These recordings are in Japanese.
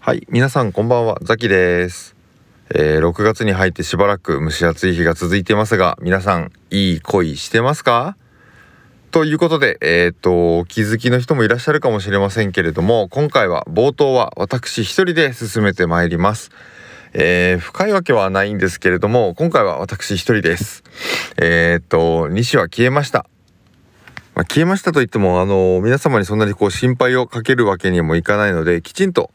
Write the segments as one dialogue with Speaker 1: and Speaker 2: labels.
Speaker 1: はい、皆さんこんばんは、ザキです。えー6月に入ってしばらく蒸し暑い日が続いていますが、皆さんいい恋してますか？ということで、えっ、とお気づきの人もいらっしゃるかもしれませんけれども、今回は冒頭は私一人で進めてまいります。えー深いわけはないんですけれども、今回は私一人です。えっ、と西は消えました。まあ、消えましたといってもあの皆様にそんなにこう心配をかけるわけにもいかないのできちんと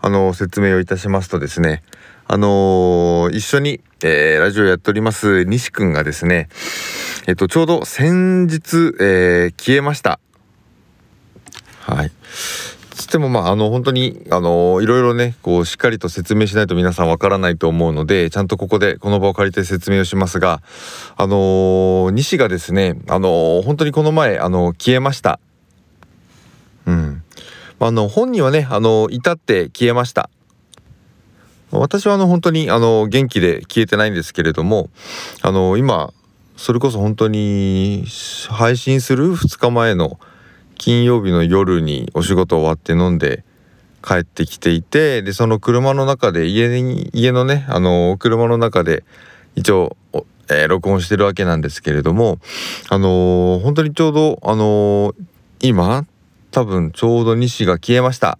Speaker 1: あの説明をいたしますとですねあの一緒に、えーラジオやっております西くんがですねえっとちょうど先日、えー消えましたはいつってもまああの本当にあのいろいろねこうしっかりと説明しないと皆さんわからないと思うのでちゃんとここでこの場を借りて説明をしますがあのー西がですねあのー本当にこの前あの消えましたうんあの本人はねあの至って消えました私はあの本当にあの元気で消えてないんですけれどもあの今それこそ本当に配信する2日前の金曜日の夜にお仕事終わって飲んで帰ってきていてでその車の中で家に家のねあの車の中で一応、おえー録音してるわけなんですけれどもあのー本当にちょうどあのー今多分ちょうど西が消えました。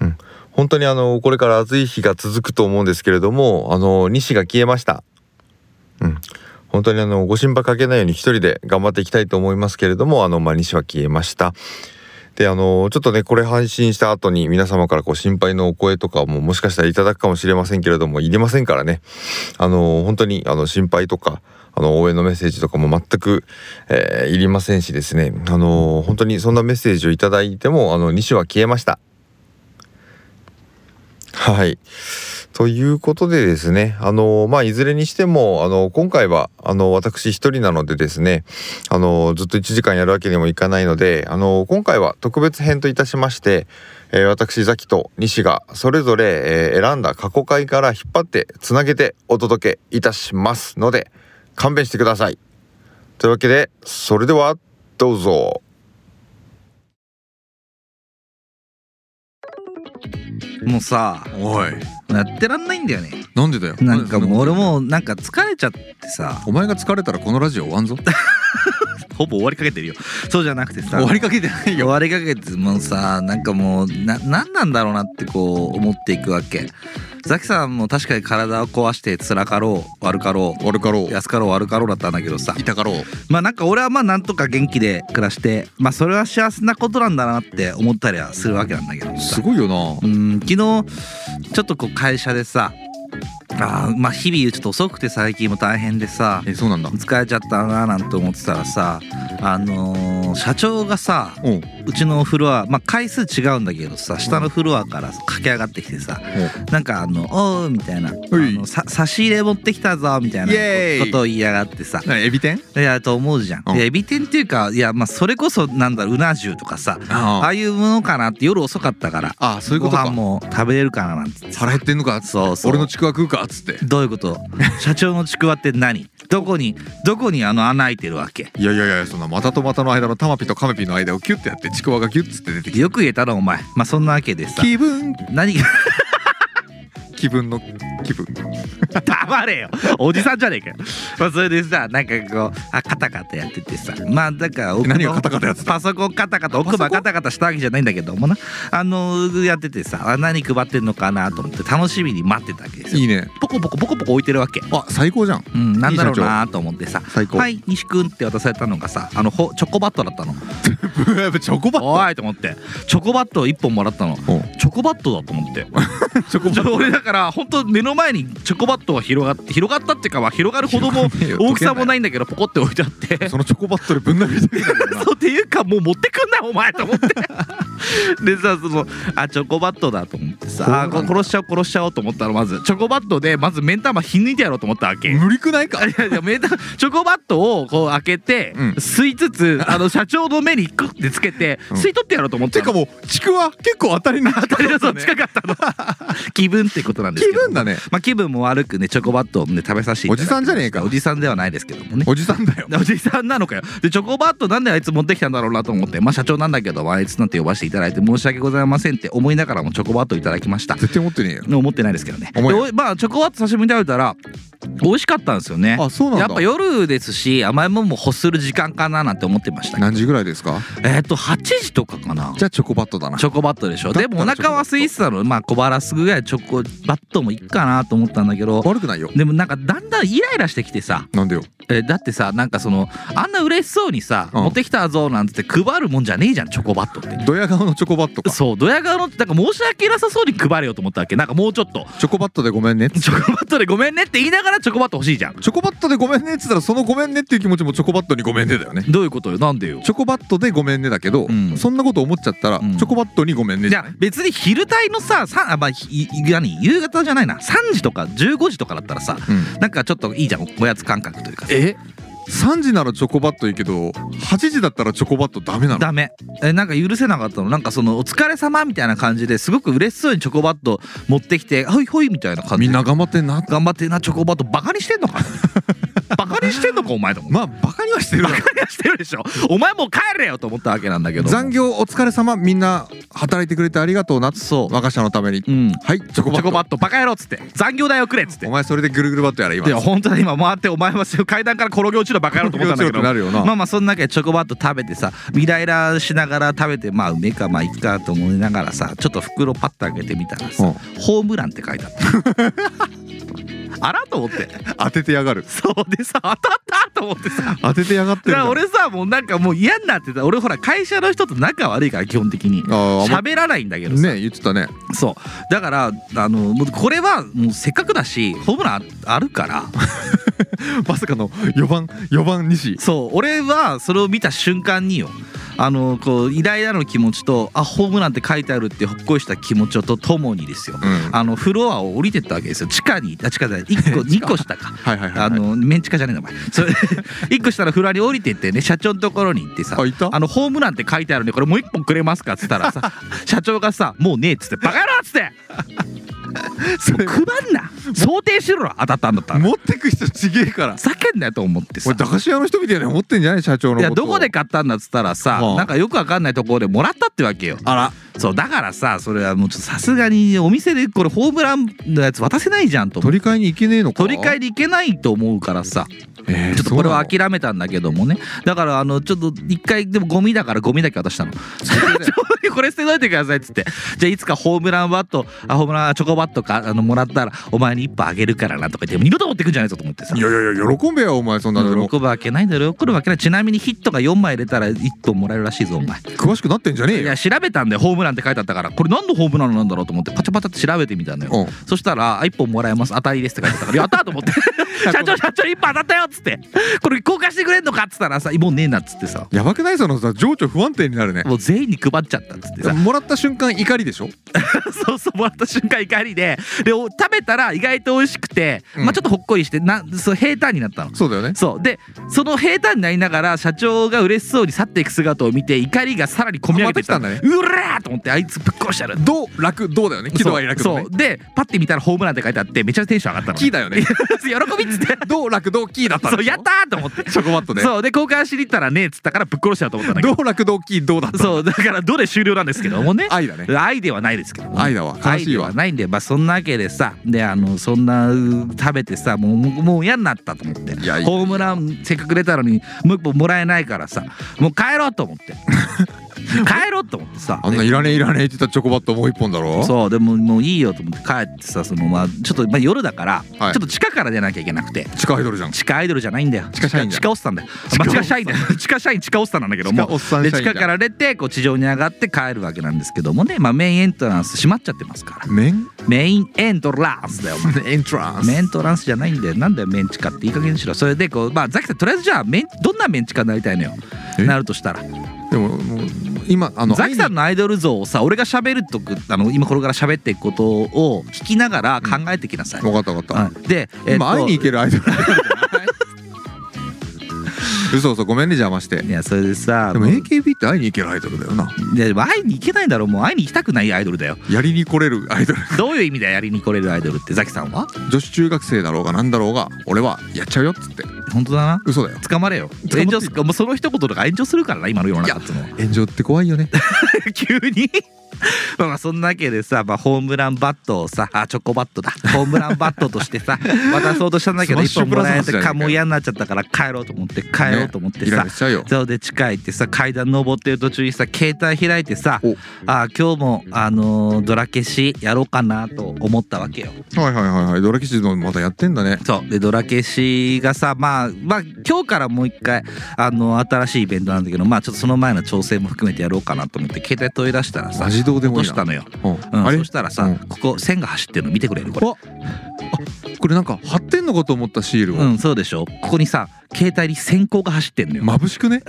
Speaker 1: うん、本当にあのこれから暑い日が続くと思うんですけれどもあの西が消えました。うん本当にあのご心配かけないように一人で頑張っていきたいと思いますけれどもあの、まあ、西は消えました。であのちょっとねこれ配信した後に皆様からこう心配のお声とかももしかしたらいただくかもしれませんけれどもいりませんからねあの本当にあの心配とかあの応援のメッセージとかも全く、えーいりませんしですねあの本当にそんなメッセージをいただいてもあの2種は消えました。はいということでですねあのまあいずれにしてもあの今回はあの私一人なのでですねあのずっと1時間やるわけにもいかないのであの今回は特別編といたしまして、えー私ザキと西がそれぞれ、えー選んだ過去回から引っ張ってつなげてお届けいたしますので勘弁してください。というわけでそれではどうぞ。
Speaker 2: もうさ
Speaker 3: おい
Speaker 2: やってらんないんだよね
Speaker 3: なんでだよ
Speaker 2: なんかもう俺
Speaker 3: なんでそんなこと言うの
Speaker 2: もうなんか疲れちゃってさ
Speaker 3: お前が疲れたらこのラジオ終わんぞ
Speaker 2: ほぼ終わりかけてるよそうじゃなくてさ
Speaker 3: 終わりかけてない
Speaker 2: 終
Speaker 3: よ
Speaker 2: わりかけてもうさなんかもうな何なんだろうなってこう思っていくわけザキさんも確かに体を壊して辛かろう悪かろ
Speaker 3: 悪かろう
Speaker 2: う安かろう悪かろうだったんだけどさ
Speaker 3: 痛かろう
Speaker 2: まあなんか俺はまあなんとか元気で暮らしてまあそれは幸せなことなんだなって思ったりはするわけなんだけどさ
Speaker 3: すごいよな
Speaker 2: うん昨日ちょっとこう会社でさあーまあ日々ちょっと遅くて最近も大変でさ
Speaker 3: えそうなんだ
Speaker 2: 疲れちゃったなーなんて思ってたらさあのー社長がさ
Speaker 3: おう
Speaker 2: うちのフロアまあ回数違うんだけどさ下のフロアから駆け上がってきてさなんかあの「おう」みたいなあ
Speaker 3: い
Speaker 2: のさ差し入れ持ってきたぞみたいな
Speaker 3: イエーイ
Speaker 2: ことを言いやがってさ
Speaker 3: なエビ天
Speaker 2: いやと思うじゃん。
Speaker 3: うん
Speaker 2: いやエビ天っていうかいやまあそれこそなんだろううな重とかさあ
Speaker 3: あ
Speaker 2: あいうものかなって夜遅かったから
Speaker 3: ああそういうこと
Speaker 2: ご飯
Speaker 3: か
Speaker 2: も食べれるかななんて言ってさ
Speaker 3: 腹減ってんのか
Speaker 2: そうそう
Speaker 3: 俺のちくわ食うかっつって
Speaker 2: どういうこと 社長のちくわって何どこにどこにあの穴開いてるわけ
Speaker 3: いやいやいやそんな股と股の間のタマピとカメピの間をキュッてやってちくわがギュッつって出てき
Speaker 2: よく言えたなお前まあそんなわけで
Speaker 3: た
Speaker 2: さ
Speaker 3: 気分
Speaker 2: 何が
Speaker 3: 気分の気分
Speaker 2: 黙れよおじさんじゃねえかよ、まあ、それでさなんかこうあカタカタやっててさまあだから奥の
Speaker 3: 何がカタカタやってた
Speaker 2: パソコンカタカタ奥歯カタカタしたわけじゃないんだけどもなあのやっててさあ何配ってんのかなと思って楽しみに待ってたわけですよ
Speaker 3: いいね
Speaker 2: ポコポコポコポコ置いてるわけ
Speaker 3: あ最高 じゃん
Speaker 2: うんなんだろうなと思ってさ
Speaker 3: 最高
Speaker 2: はい西くんって渡されたのがさあのほチョコバットだったの
Speaker 3: ブーブーチョコバッ
Speaker 2: おいと思ってチョコバット1本もらったの
Speaker 3: トおう
Speaker 2: チョコバットだと思って
Speaker 3: チョコバッ
Speaker 2: ちょ俺だから本当目の前にチョコバットが広がって広がったっていうかまあ広がるほども
Speaker 3: 広がんねえよ
Speaker 2: 大きさもないんだけどポコって置いてあって
Speaker 3: トそのチョコバットでぶん殴りたいんだ けどな
Speaker 2: そうっていうかもう持ってくんなお前と思って でさそのあチョコバットだと思って
Speaker 3: そう
Speaker 2: さ
Speaker 3: な
Speaker 2: あ
Speaker 3: んだ
Speaker 2: こ殺しちゃおう殺しちゃおうと思ったらまずチョコバットでまず目ん玉ひん抜いてやろうと思ったわけ
Speaker 3: 無理くないか
Speaker 2: いやいや目玉チョコバットをこう開けて、
Speaker 3: うん
Speaker 2: 吸いつつあの社長の目にクッてつけて、
Speaker 3: うん
Speaker 2: 吸い取ってやろうと思って
Speaker 3: てかもうちくわ結構当たりな当
Speaker 2: 当たりがそう近かったの気分ってことなんです
Speaker 3: 気
Speaker 2: けど
Speaker 3: 分だね
Speaker 2: まあ、気分も悪くねチョコバットを、ね、食べさせていただきました
Speaker 3: おじさんじゃねえか
Speaker 2: おじさんではないですけどもね
Speaker 3: おじさんだよ
Speaker 2: おじさんなのかよでチョコバットなんであいつ持ってきたんだろうなと思ってまあ社長なんだけどあいつなんて呼ばせていただいて申し訳ございませんって思いながらもチョコバットいただきました
Speaker 3: 絶対持ってねえよ
Speaker 2: 思ってないですけどねで
Speaker 3: 思えよ
Speaker 2: おいまあチョコバット刺身で食べたら美味しかったんですよね
Speaker 3: あそうなんだ
Speaker 2: やっぱ夜ですし甘いもんも欲する時間かななんて思ってました
Speaker 3: 何時ぐらいですか
Speaker 2: えっと8時とかかな
Speaker 3: じゃあチョコバットだな
Speaker 2: チョコバットでしょ
Speaker 3: だっ
Speaker 2: で
Speaker 3: たら
Speaker 2: もお腹はスイーツなのまあ小腹すぐぐらいチョコバットもいっかなと思ったんだけど
Speaker 3: 悪くないよ
Speaker 2: でもなんかだんだんイライラしてきてさ
Speaker 3: なんでよ
Speaker 2: えーだってさなんかそのあんな嬉しそうにさ、
Speaker 3: うん
Speaker 2: 持ってきたぞなんつって配るもんじゃねえじゃんチョコバットって。
Speaker 3: ドヤ顔のチョコバットか
Speaker 2: そうドヤ顔のってなんか申し訳なさそうに配れよと思ったわけなんかもうちょっと
Speaker 3: チョコバットでごめんねっつ
Speaker 2: チョコバットでごめんねって言いながらチョコバット欲しいじゃん
Speaker 3: チョコバットでごめんねっつったらそのごめんねっていう気持ちもチョコバットにごめんねだよね
Speaker 2: どういうことよなんでよ
Speaker 3: チョコバットでごめんねだけど、
Speaker 2: うん
Speaker 3: そんなこと思っちゃったら、
Speaker 2: うん
Speaker 3: チョコバットにごめんね
Speaker 2: じゃあ別に昼帯のささあ、まあ、ひい何夕方じゃないな3時とか15時とかだったらさ
Speaker 3: うん
Speaker 2: なんかちょっといいじゃんおやつ感覚というかさ
Speaker 3: え3時ならチョコバットいいけど8時だったらチョコバットダメなの
Speaker 2: ダメえなんか許せなかったのなんかそのお疲れ様みたいな感じですごく嬉しそうにチョコバット持ってきてほいほいみたいな感じ
Speaker 3: みんな頑張ってんな
Speaker 2: 頑張ってんなチョコバットバカにしてんのか バカにしてんのかお前と思って
Speaker 3: まあバカにはしてる
Speaker 2: バ
Speaker 3: だ
Speaker 2: カ
Speaker 3: ろ
Speaker 2: にはしてるでしょお前もう帰れよと思ったわけなんだけど
Speaker 3: 残業お疲れ様みんな働いてくれてありがとうな
Speaker 2: そう
Speaker 3: 我が社のために、
Speaker 2: うんチ
Speaker 3: はいチョコバ
Speaker 2: ョ
Speaker 3: ット
Speaker 2: コバットバカ野郎っつって残業代をくれっつって
Speaker 3: お前それでぐるぐるバットやら今
Speaker 2: いや本当だ今回ってお前は階段から転げ落ちるバカ野郎と思ったんだけど
Speaker 3: 転げ落ちろってなるよな
Speaker 2: まあまあそんなわけでチョコバット食べてさイライラしながら食べてまあうめえかまあいっかと思いながらさちょっと袋パッと開けてみたらさ、
Speaker 3: うん
Speaker 2: ホームランって書いてあった あらと思って
Speaker 3: 当ててやがる
Speaker 2: そうでさ当たったと思ってさ
Speaker 3: 当ててやがってる
Speaker 2: だか
Speaker 3: な
Speaker 2: ら俺さもうなんかもう嫌になってた俺ほら会社の人と仲悪いから基本的に
Speaker 3: あーあん
Speaker 2: 喋らないんだけ
Speaker 3: ま
Speaker 2: どさ、
Speaker 3: ね言ってたね
Speaker 2: そうだからあのもうこれはもうせっかくだしホームランあるから
Speaker 3: まさかの4番4番西
Speaker 2: そう俺はそれを見た瞬間によあのこうイライラの気持ちとあホームランって書いてあるってほっこりした気持ちとともにですよ、
Speaker 3: うん
Speaker 2: あのフロアを降りてったわけですよ地下にあ地下じゃない1個2 個下か
Speaker 3: はいはいはいはい
Speaker 2: あのメンチカじゃねえなお前それ 一個下のフロアに降りてってね社長のところに行ってさ
Speaker 3: あいた
Speaker 2: あのホームランって書いてあるんでこれもう一本くれますかっつった らさ社長がさもうねえっつってバカ野郎っつってもう配んな想定しろ当たったんだったら
Speaker 3: 持ってく人ちげえから
Speaker 2: 叫んだよと思ってさ
Speaker 3: 俺駄菓子屋の人みたいに思ってんじゃない社長のこと
Speaker 2: いやどこで買ったんだっつったらさ、
Speaker 3: うん
Speaker 2: なんかよくわかんないところでもらったってわけよ
Speaker 3: あら
Speaker 2: そうだからさそれはもうちょっとさすがにお店でこれホームランのやつ渡せないじゃんと思って
Speaker 3: 取り替えに行けねえのか
Speaker 2: 取り替えでいけないと思うからさ
Speaker 3: えー
Speaker 2: ちょっとこれは
Speaker 3: そう
Speaker 2: 諦めたんだけどもねだからあのちょっと一回でもゴミだからゴミだけ渡したの これ捨てといてくださいっつってじゃあいつかホームランバットあホームランチョコバットかあのもらったらお前に一本あげるからなとか言って二度と持ってくんじゃないぞと思ってさ
Speaker 3: なのいやいやいや喜んべよお前そんなのでも
Speaker 2: 喜ぶわけないだろ喜ぶわけないちなみにヒットが4枚入れたら1本もらえるらしいぞお前
Speaker 3: 詳しくなってんじゃねえ
Speaker 2: い
Speaker 3: よ
Speaker 2: や調べたんでホームランって書いてあったからこれ何のホームランなんだろうと思ってパチャパチャって調べてみたのよ、
Speaker 3: うん
Speaker 2: そしたら「1本もらえます当たりです」って書いてあったから「やった!」と 思って「社長社長1本当たったよ」っつって「これ交換してくれんのか?」っつったらさ「もうねえな」っつってさ
Speaker 3: やばくないそのさ情緒不安定になるね
Speaker 2: もう全員に配っちゃったっつってさ
Speaker 3: もらった瞬間怒りでしょ
Speaker 2: そうそうもらった瞬間怒りででお食べたら意外と美味しくて、
Speaker 3: うん
Speaker 2: まあちょっとほっこりしてなそう平坦になったの
Speaker 3: そうだよね
Speaker 2: そうでその平坦になりながら社長が嬉しそうに去っていく姿を見て怒りがさらに込み上げてきた
Speaker 3: あまた来たん
Speaker 2: うらーと思ってあいつぶっ殺してやる
Speaker 3: どう楽どうだよね喜怒哀楽
Speaker 2: そ
Speaker 3: の
Speaker 2: う
Speaker 3: ね
Speaker 2: そうでパッて見たらホームランって書いてあってめちゃテンション上がったの
Speaker 3: キーだよね
Speaker 2: 喜びっつって
Speaker 3: どう楽どうキーだったん
Speaker 2: そう
Speaker 3: でしょ
Speaker 2: やったーと思って
Speaker 3: チョコバットで
Speaker 2: そうで交換しに行ったらねえっつったからぶっ殺しちゃうと思ったんだけ
Speaker 3: ど
Speaker 2: ど
Speaker 3: う楽どうキーどうだった
Speaker 2: そうだからどれ終了なんですけどもね
Speaker 3: 愛だね
Speaker 2: 愛ではないですけどもね
Speaker 3: 愛だわ悲
Speaker 2: 愛
Speaker 3: しい
Speaker 2: で
Speaker 3: わ
Speaker 2: はないんでまあそんなわけでさであのそんなう食べてさもうもうもう嫌になったと思って
Speaker 3: いやいい
Speaker 2: ホームランせっかく出たのにもう一本もらえないからさもう帰ろうと思って 帰ろうと思ってさ
Speaker 3: あんないらねえいらねえって言ったチョコバットもう一本だろ
Speaker 2: そうでももういいよと思って帰ってさそのまあちょっと、まあ、夜だから、
Speaker 3: はい
Speaker 2: ちょっと地下から出なきゃいけなくて
Speaker 3: 地下アイドルじゃん
Speaker 2: 地下アイドルじゃないんだよ
Speaker 3: 地下社員じゃん
Speaker 2: 地下おっさんだよまあ地下社員だよ 地下社員地下おっさんなんだけど
Speaker 3: 地下お
Speaker 2: も
Speaker 3: っさん
Speaker 2: で
Speaker 3: 社
Speaker 2: 地
Speaker 3: 員じゃん
Speaker 2: 下から出てこう地上に上がって帰るわけなんですけどもね、まあ、メインエントランス閉まっちゃってますから
Speaker 3: 面
Speaker 2: メインエントランスだよお前
Speaker 3: エントラン
Speaker 2: メ
Speaker 3: ス
Speaker 2: ントランスじゃないんだよなんだよメンチカっていい加減にしろそれでこうまあザキさんとりあえずじゃあメンどんなメンチカになりたいのよ
Speaker 3: え
Speaker 2: なるとしたら
Speaker 3: でももう今あの
Speaker 2: ザキさんのアイドル像をさ俺が喋るとくあの今これから喋っていくことを聞きながら考えてきなさい、
Speaker 3: 分かった分かっ
Speaker 2: で、
Speaker 3: た今会いに行けるアイドル
Speaker 4: 嘘嘘ごめんね邪魔し て
Speaker 2: いやそれでさ
Speaker 4: でも
Speaker 2: う
Speaker 4: AKB って会いに行けるアイドルだよない
Speaker 2: やでも会いに行けないだろうもう会いに行きたくないアイドルだよ
Speaker 4: やりに来れるアイドル
Speaker 2: どういう意味でやりに来れるアイドルってザキさんは
Speaker 4: 女子中学生だろうがなんだろうが俺はやっちゃうよっつって
Speaker 2: 本当だな
Speaker 4: 嘘だよ
Speaker 2: 捕まれよ
Speaker 4: 捕まって
Speaker 2: 炎上すもうその一言とか炎上するからな今の世の中ってのは
Speaker 4: 炎上って怖いよね
Speaker 2: 急に まあまあそんなわけでさ、まあ、ホームランバットをさあチョコバットだホームランバットとして さ渡そうとしたんだけど
Speaker 4: ス
Speaker 2: 一
Speaker 4: マッ
Speaker 2: 本
Speaker 4: シュブ
Speaker 2: も
Speaker 4: ラザ
Speaker 2: らえ
Speaker 4: ー
Speaker 2: て
Speaker 4: ズじゃねえか
Speaker 2: か
Speaker 4: よ
Speaker 2: もう嫌になっちゃったから帰ろうと思って帰ろうと思って
Speaker 4: イライ
Speaker 2: さ、
Speaker 4: ラしちゃうよ
Speaker 2: そうで地下行ってさ階段登ってる途中にさ携帯開いてさ
Speaker 4: お
Speaker 2: あー今日もあのードラ消しやろうかなと思ったわけよ
Speaker 4: はいはいはいはいドラキシのまたやってんだね
Speaker 2: そうでドラ消しがさまあまあ今日からもう一回あの新しいイベントなんだけどまあちょっとその前の調整も含めてやろうかなと思って携帯取り出したらさ
Speaker 4: マジどうで
Speaker 2: 落と
Speaker 4: もいい
Speaker 2: した
Speaker 4: な
Speaker 2: のよ、
Speaker 4: うん
Speaker 2: うん、
Speaker 4: あれ
Speaker 2: そしたらさ、
Speaker 4: うん
Speaker 2: ここ線が走ってるの見てくれるこれ
Speaker 4: ああこれなんか貼ってんのかと思ったシールを、
Speaker 2: うんそうでしょここにさ携帯に線香が走ってんのよ、
Speaker 4: 眩しく ね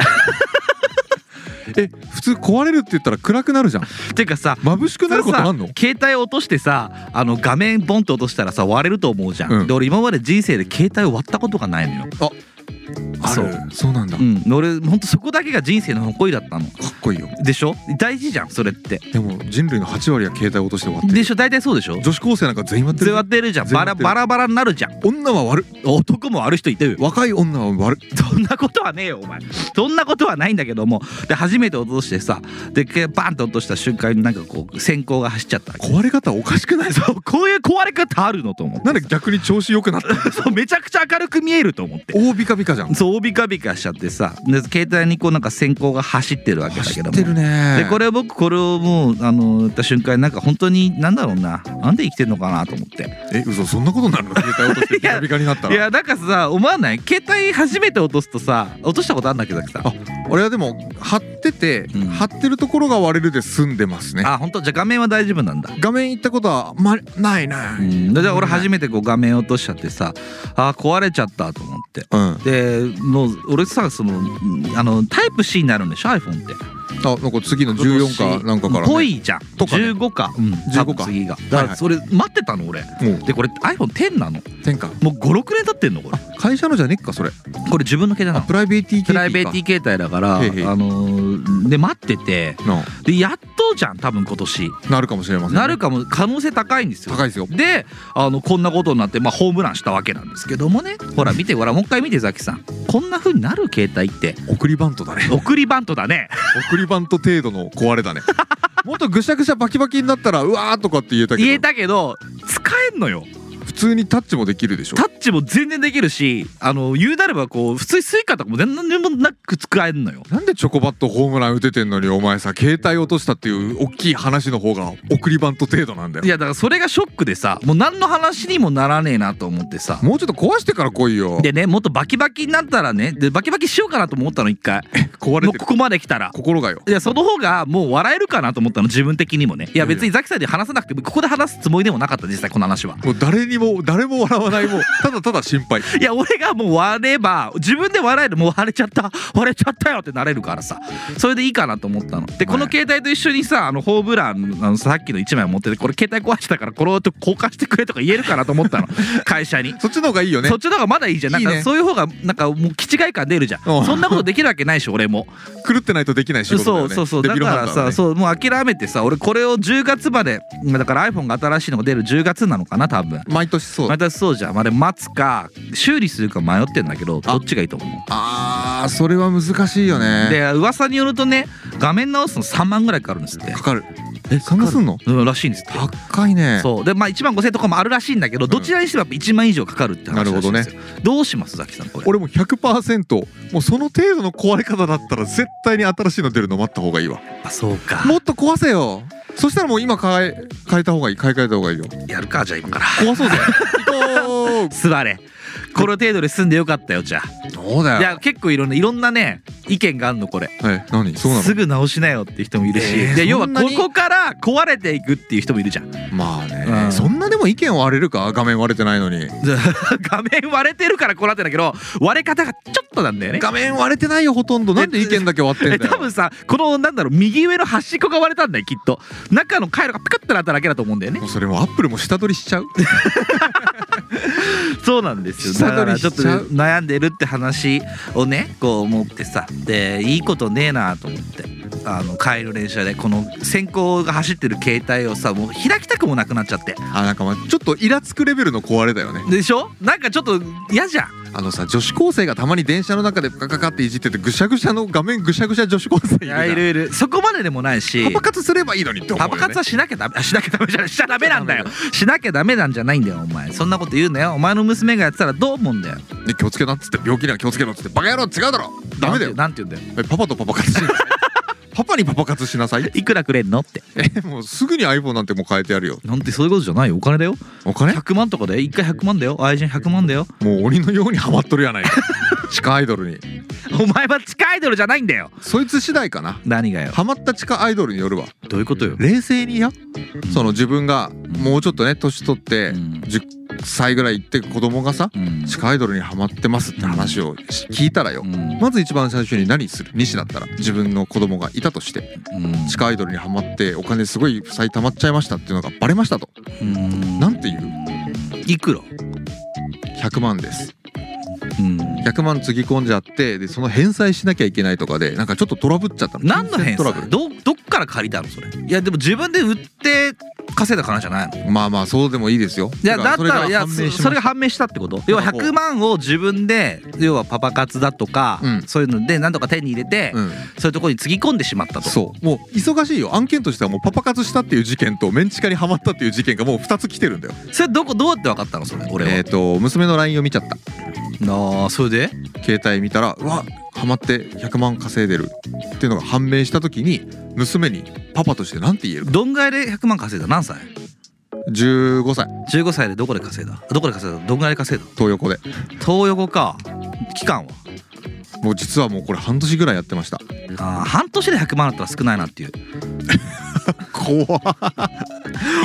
Speaker 4: え普通壊れるって言ったら暗くなるじゃん
Speaker 2: ていうかさ
Speaker 4: 眩しくなることあん
Speaker 2: そ
Speaker 4: の
Speaker 2: れさ携帯落としてさあの画面ボンと落としたらさ割れると思うじゃん、
Speaker 4: うん
Speaker 2: で俺今まで人生で携帯を割ったことがないのよ
Speaker 4: ある
Speaker 2: そう
Speaker 4: そうなんだ、
Speaker 2: う
Speaker 4: か
Speaker 2: ん俺ほんとそこだけが人生の誇りだったの
Speaker 4: っこいいよ
Speaker 2: でしょ大事じゃんそれって
Speaker 4: でも人類の8割は携帯を落として終わってる
Speaker 2: でしょ大体そうでしょ
Speaker 4: 女子高生なんか全員割って
Speaker 2: 全
Speaker 4: る
Speaker 2: 割ってるじゃん
Speaker 4: 全
Speaker 2: バ
Speaker 4: 割
Speaker 2: ラ
Speaker 4: ってる
Speaker 2: バラバラになるじゃん
Speaker 4: 女は悪い
Speaker 2: 男もある人いてる
Speaker 4: 若い女は悪い
Speaker 2: そんなことはねえよお前そんなことはないんだけどもで初めて落としてさでけバンと落とした瞬間になんかこう閃光が走っちゃったわけ
Speaker 4: 壊れ方おかしくない
Speaker 2: そうこういう壊れ方あるのと 思って
Speaker 4: なんで逆に調子良くなった
Speaker 2: そうめちゃくちゃ明るく見えると思って
Speaker 4: 大ビカビカじゃん
Speaker 2: そうビカビカしちゃってさで携帯にこうなんか閃光が走ってるわけだ
Speaker 4: 走
Speaker 2: け
Speaker 4: っ
Speaker 2: ども
Speaker 4: てるね
Speaker 2: でこれを僕これをもうあの言った瞬間になんか本当になんだろうななんで生きてんのかなと思って
Speaker 4: え嘘そんなことになるの携帯落としてビカビカになった
Speaker 2: い
Speaker 4: ら
Speaker 2: やなんかさ思わない携帯初めて落とすとさ落としたことあんだけどさ
Speaker 4: あ俺はでも貼ってて、
Speaker 2: うん
Speaker 4: 貼ってるところが割れるで済んでますね
Speaker 2: あ本当じゃあ画面は大丈夫なんだ
Speaker 4: 画面行ったことはあんまりないな
Speaker 2: う
Speaker 4: うん
Speaker 2: んで俺初めてこう画面落としちゃってさあー壊れちゃったと思って
Speaker 4: あ
Speaker 2: でもう俺さそのうんあのタイプ C になるんでしょ iPhone って
Speaker 4: なんか次の14かなんかから、ね、
Speaker 2: ぽいじゃん
Speaker 4: とかね
Speaker 2: 15か多分
Speaker 4: 15か
Speaker 2: 次が
Speaker 4: は
Speaker 2: だ
Speaker 4: い
Speaker 2: か
Speaker 4: は
Speaker 2: ら
Speaker 4: い
Speaker 2: それ待ってたの俺
Speaker 4: もう
Speaker 2: でこれ iPhone10 なの
Speaker 4: 天下
Speaker 2: もう56年経ってんのこれ
Speaker 4: 会社のじゃねっかそれ
Speaker 2: これ自分の携帯なの
Speaker 4: プライベーティー
Speaker 2: プライベート携帯だからあ
Speaker 4: へいへい
Speaker 2: のーで待ってて
Speaker 4: な
Speaker 2: でやっとじゃん多分今年
Speaker 4: なるかもしれませんね、
Speaker 2: なるかも可能性高いんですよ
Speaker 4: 高いですよ
Speaker 2: であのこんなことになって、まあ、ホームランしたわけなんですけどもねほら見てほらもう一回見てザキさんこんな風になる携帯って
Speaker 4: 送りバントだね
Speaker 2: 送りバントだね
Speaker 4: 送りバント程度の壊れだねもっとぐしゃぐしゃバキバキになったらうわーとかって言えたけど
Speaker 2: 言えたけど使えんのよ
Speaker 4: 普通にタッチもできるでしょ
Speaker 2: タッチも全然できるしあの言うなればこう普通にスイカとかも全然もなく使えんのよ
Speaker 4: なんでチョコバットホームラン打ててんのにお前さ携帯落としたっていう大きい話の方が送りバント程度なんだよ
Speaker 2: いやだからそれがショックでさもう何の話にもならねえなと思ってさ
Speaker 4: もうちょっと壊してから来いよ
Speaker 2: でねもっとバキバキになったらねでバキバキしようかなと思ったの一回
Speaker 4: 壊れ
Speaker 2: もう
Speaker 4: てる
Speaker 2: ここまで来たら
Speaker 4: 心がよ
Speaker 2: いやその方がもう笑えるかなと思ったの自分的にもねいや別にザキさんに話さなくてもここで話すつもりでもなかった実際この話は
Speaker 4: もう誰にも誰も笑わないもうただただ心 配
Speaker 2: いや俺がもう割れば自分で笑えるもう割れちゃった割れちゃったよってなれるからさそれでいいかなと思ったのでこの携帯と一緒にさあのホームランあのさっきの1枚持っててこれ携帯壊したからこれを交換してくれとか言えるかなと思 ったの会社に。
Speaker 4: そっちの方がいいよね
Speaker 2: そっちの方がまだいいじゃんなん
Speaker 4: いい
Speaker 2: か
Speaker 4: ね
Speaker 2: そういう方がなんかもう気違い感出るじゃん
Speaker 4: うん
Speaker 2: そんなことできるわけないし俺も
Speaker 4: 狂ってないとできない仕事だよね
Speaker 2: そうそうそう
Speaker 4: デ
Speaker 2: だ
Speaker 4: ビル
Speaker 2: か
Speaker 4: ハン
Speaker 2: ら
Speaker 4: ター
Speaker 2: さ
Speaker 4: はね
Speaker 2: そうもう諦めてさ俺これを10月までだから iPhone が新しいのが出る10月なのかな多分
Speaker 4: 毎年そう
Speaker 2: またそうじゃんあれ待つか修理するか迷ってんだけどどっちがいいと思う
Speaker 4: あーそれは難しいよね
Speaker 2: で噂によるとね画面直すの3万ぐらいかかるんですって
Speaker 4: かかるえそんなすんの
Speaker 2: うんらしいんですって
Speaker 4: 高いね
Speaker 2: そうでまあ1万5千とかもあるらしいんだけどどちらにしてもやっぱ1万以上かかるって話らしいんですよどうしますザキさんこれ
Speaker 4: 俺も100%もうその程度の壊れ方だったら絶対に新しいの出るの待った方がいいわ
Speaker 2: あそうか
Speaker 4: もっと壊せよそしたらもう今変え変えた方がいい買い替えた方がいいよ
Speaker 2: やるかじゃあ今から
Speaker 4: 壊そうぜ行こ
Speaker 2: 座れこの程度で済んでよかったよじゃ
Speaker 4: うそう
Speaker 2: あ
Speaker 4: だ
Speaker 2: いや結構いろんないろんなね意見があるのこれ
Speaker 4: え何そうな
Speaker 2: すぐ直しなよって人もいるし、
Speaker 4: えー
Speaker 2: で要は
Speaker 4: そん
Speaker 2: こ
Speaker 4: なに
Speaker 2: こから壊れていくっていう人もいる じゃん
Speaker 4: のまあね、
Speaker 2: うん
Speaker 4: そんなでも意見割れるか画面割れてないのに
Speaker 2: 画面割れてるからこうなってんだけど割れ方がちょっとなんだよね
Speaker 4: 画面割れてないよほとんどなんで意見だけ割ってん
Speaker 2: え
Speaker 4: だ
Speaker 2: 多
Speaker 4: よ
Speaker 2: 分さこのなんだろう右上の端っこが割れたんだよきっと中の回路がピカッとなっただけだと思うんだよね
Speaker 4: もうそれもアップルも下取りしちゃう
Speaker 2: そうなんですよ
Speaker 4: 下
Speaker 2: だ
Speaker 4: 取
Speaker 2: から
Speaker 4: り
Speaker 2: ちょっとね
Speaker 4: しちゃう
Speaker 2: 悩んでるって話をねこう思ってさでいいことねえなと思ってあの帰る電車でこの先行が走ってる携帯をさもう開きたくもなくなっちゃって
Speaker 4: あなんかまあちょっとイラつくレベルの壊れだよね
Speaker 2: でしょなんかちょっと嫌じゃん
Speaker 4: あのさ女子高生がたまに電車の中でカカカっていじっててぐしゃぐしゃの画面ぐしゃぐしゃ女子高生いる
Speaker 2: い
Speaker 4: じゃん
Speaker 2: やいるいるそこまででもないし
Speaker 4: パパ活すればいいのにって思う
Speaker 2: パ
Speaker 4: よ、ね、
Speaker 2: パ活はしなきゃダメあしなきゃダメじゃないしちゃダメなんだよしなきゃダメなんじゃないんだよお前そんなこと言うなよお前の娘がやってたらどう思うんだよ
Speaker 4: で気をつけなっつって病気には気をつけろっつってバカ野郎違うだろダメだよ
Speaker 2: なんてなんて言うんだよ
Speaker 4: えパパとパパ活しなさい パパにパパ活しなさい
Speaker 2: いくらくれんのって
Speaker 4: えもうすぐに iPhone なんてもう変えてやるよ
Speaker 2: なんてそういうことじゃないよお金だよ
Speaker 4: お金
Speaker 2: 100万とかで1回100万だよ愛人100万だよ
Speaker 4: もう鬼のようにハマっとるやないか 地下アイドルに
Speaker 2: お前は地下アイドルじゃないんだよ
Speaker 4: そいつ次第かな
Speaker 2: 何がよ
Speaker 4: ハマった地下アイドルによるわ
Speaker 2: どういうことよ
Speaker 4: 冷静にやその自分がもうちょっとね年取って
Speaker 2: うん
Speaker 4: 10歳ぐらい行って子供がさ
Speaker 2: うん
Speaker 4: 地下アイドルにハマってますって話をし聞いたらよまず一番最初に何する西だったら自分の子供がいたとして
Speaker 2: うん
Speaker 4: 地下アイドルにハマってお金すごい負債溜まっちゃいましたっていうのがバレましたと
Speaker 2: うん
Speaker 4: なんていう
Speaker 2: いくら
Speaker 4: 100万です
Speaker 2: うん
Speaker 4: 100万つぎ込んじゃってでその返済しなきゃいけないとかでなんかちょっとトラブっちゃったの
Speaker 2: 何の
Speaker 4: 金
Speaker 2: 返
Speaker 4: 銭
Speaker 2: 済
Speaker 4: トラブル
Speaker 2: どどっから借りたのそれいやでも自分で売って稼いだからじゃないの
Speaker 4: まあまあそうでもいいですよ
Speaker 2: いや
Speaker 4: て
Speaker 2: だ
Speaker 4: か
Speaker 2: ったらいや
Speaker 4: 判明しま
Speaker 2: そ
Speaker 4: した
Speaker 2: それが判明したってこと要は
Speaker 4: だからこう
Speaker 2: 100万を自分で要はパパ活だとか、
Speaker 4: うん
Speaker 2: そういうので何とか手に入れて、
Speaker 4: うん
Speaker 2: そういうところにつぎ込んでしまったと
Speaker 4: そうもう忙しいよ案件としてはもうパパ活したっていう事件とメンチカにハマったっていう事件がもう2つ来てるんだよ
Speaker 2: それどこどうやって分かったのそれ俺は、
Speaker 4: えっ、と娘の LINE を見ちゃった
Speaker 2: ああそれで
Speaker 4: 携帯見たらうわハマって100万稼いでるっていうのが判明した時に娘にパパとして何て言えるか
Speaker 2: どんぐらいで100万稼いだ何歳
Speaker 4: 15歳
Speaker 2: ?15 歳でどこで稼いだどこで稼いだどんぐらいで稼いだ
Speaker 4: 東横で
Speaker 2: 東横か期間は
Speaker 4: もう実はもうこれ半年ぐらいやってました
Speaker 2: あー半年で100万だったら少ないなっていう
Speaker 4: 怖っ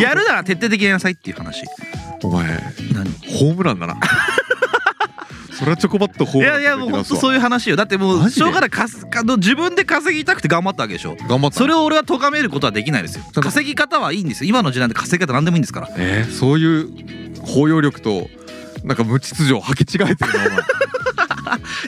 Speaker 2: やるなら徹底的にやりなさいっていう話
Speaker 4: お前
Speaker 2: 何
Speaker 4: ホームランだなそれはチョコバットホー
Speaker 2: い
Speaker 4: ムラ
Speaker 2: や
Speaker 4: ン
Speaker 2: いやもうほんとそうういう話よだってもう
Speaker 4: マジ
Speaker 2: し
Speaker 4: で
Speaker 2: ょうがないかすかの自分で稼ぎたくて頑張ったわけでしょ
Speaker 4: 頑張った
Speaker 2: それを俺は咎めることはできないですよ
Speaker 4: だ
Speaker 2: 稼ぎ方はいいんですよ今の時代で稼ぎ方何でもいいんですから
Speaker 4: えー、そういう包容力となんか無秩序を履き違えてるなお前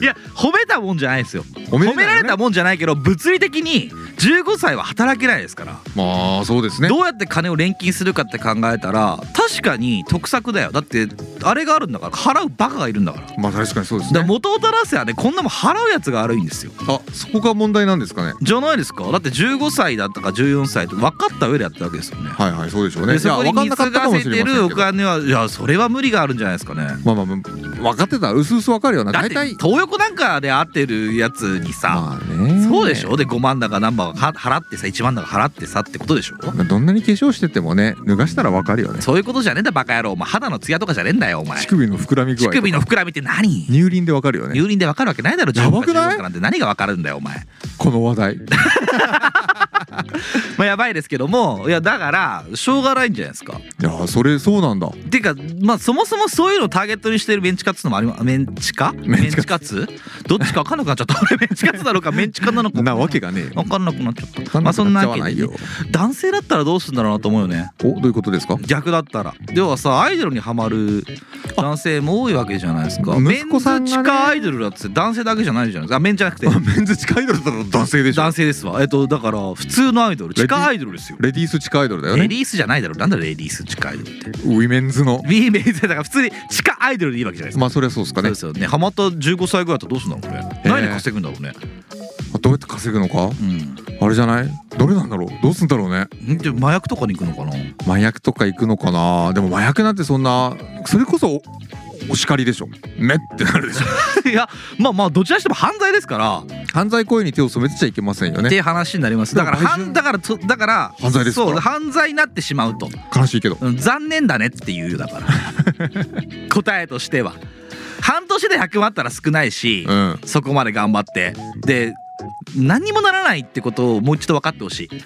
Speaker 2: いや褒めたもんじゃないですよ
Speaker 4: おめ で
Speaker 2: 褒
Speaker 4: たいね
Speaker 2: められたもんじゃないけど物理的に15歳は働けないですから
Speaker 4: まあそうですね。
Speaker 2: どうやって金を錬金するかって考えたら確かに得策だよだってあれがあるんだから払うバカがいるんだからだか
Speaker 4: まあ確かにそうです
Speaker 2: ら
Speaker 4: ね。
Speaker 2: 元を垂らせはねこんなもん払うやつが悪いんですよ
Speaker 4: あそこが問題なんですかね。
Speaker 2: じゃないですかだって15歳だったか14歳って分かった上でやってるわけですよね
Speaker 4: はいはいそうでしょうね。
Speaker 2: でそこに
Speaker 4: いやわ
Speaker 2: 見
Speaker 4: かん
Speaker 2: つ
Speaker 4: なかった
Speaker 2: が
Speaker 4: かも
Speaker 2: せ
Speaker 4: しれ
Speaker 2: て
Speaker 4: ませ
Speaker 2: る
Speaker 4: ん
Speaker 2: お
Speaker 4: けど。
Speaker 2: 金はいやそれは無理があるんじゃないですかね
Speaker 4: まあまあまあ分かってたうすうす分かるよな。
Speaker 2: だっ
Speaker 4: 大
Speaker 2: て
Speaker 4: 体
Speaker 2: 東横なんかで会ってるやつにさ、
Speaker 4: まあね。
Speaker 2: そうでしょで5万だか何番か払ってさ1万だか払ってさってことでしょ
Speaker 4: どんなに化粧しててもね脱がしたら分かるよね。
Speaker 2: そういうことじゃねえんだバカ野郎お前肌のツヤとかじゃねえんだよお前
Speaker 4: 乳首の膨らみ具
Speaker 2: 乳
Speaker 4: 合。
Speaker 2: 首の膨らみって何
Speaker 4: 乳輪で分かるよね。
Speaker 2: 入輪でわかるわけないだろ
Speaker 4: やばくな
Speaker 2: 15か
Speaker 4: い
Speaker 2: 16なんて何がわかるんだよお前
Speaker 4: この話題。
Speaker 2: まあやばいですけどもいやだからしょうがないんじゃないですか
Speaker 4: いやそれそうなんだ。
Speaker 2: ていうかまあそもそもそういうのをターゲットにしてるメンチカツのもありますメンチカメンチカツどっちか分かんなくなっちゃった 俺メンチカツなのかメンチカなのか
Speaker 4: なわけがねえよ。
Speaker 2: 分かんなくなっちゃった
Speaker 4: わ
Speaker 2: まあそんな
Speaker 4: わ
Speaker 2: わ
Speaker 4: け
Speaker 2: け
Speaker 4: ない
Speaker 2: で
Speaker 4: よ。
Speaker 2: 男性だったらどうするんだろうなと思うよね
Speaker 4: おどういうことですか。
Speaker 2: 逆だったら要はさアイドルにハマる男性も多いわけじゃないですかメ
Speaker 4: 息
Speaker 2: ン
Speaker 4: 子
Speaker 2: ズ
Speaker 4: さんがね
Speaker 2: 地下アイドルだって男性だけじゃないじゃないですかあメンじゃなくて
Speaker 4: メンズ地下アイドルだったら男性でしょ
Speaker 2: 男。性ですわえっとだから普通のアイドル
Speaker 4: レ
Speaker 2: 地
Speaker 4: ディ
Speaker 2: 下アイドルですよ
Speaker 4: レディース地下アイドルだよ
Speaker 2: レ
Speaker 4: ね
Speaker 2: デ。ィースじゃないだろなんだレディース地下アイドルって
Speaker 4: ウィメンズの。
Speaker 2: B メンズだから普通に地下アイドルでいいわけじゃないですか
Speaker 4: まあそりゃそうです
Speaker 2: そ
Speaker 4: か
Speaker 2: う
Speaker 4: ね
Speaker 2: で。すよねハマった15歳ぐらいだったらどうするんだろうね、
Speaker 4: えー
Speaker 2: 何で稼ぐんだろうね
Speaker 4: どうやって稼ぐのか。
Speaker 2: う
Speaker 4: あれじゃないどれなんだろうどうすんだろうね
Speaker 2: んで麻薬とかに行くの かな
Speaker 4: 麻薬とか行くのかなでも麻薬なんてそんなそれこそおお叱りでしょめってなる でしょ
Speaker 2: いやまあまあどちらにしても犯罪ですから、
Speaker 4: 犯罪行為に手を染めてちゃいけませんよ
Speaker 2: ってい
Speaker 4: ね
Speaker 2: う話になりますだから
Speaker 4: でも売春
Speaker 2: 犯だからとだから
Speaker 4: 犯罪ですから
Speaker 2: そう犯罪になってしまうと、
Speaker 4: 悲しいけど
Speaker 2: うん残念だねっていうよだから 答えとしては半年で100万あったら少ないし、
Speaker 4: うん
Speaker 2: そこまで頑張ってで何にもならないってことをもう一度分かってほしい
Speaker 4: い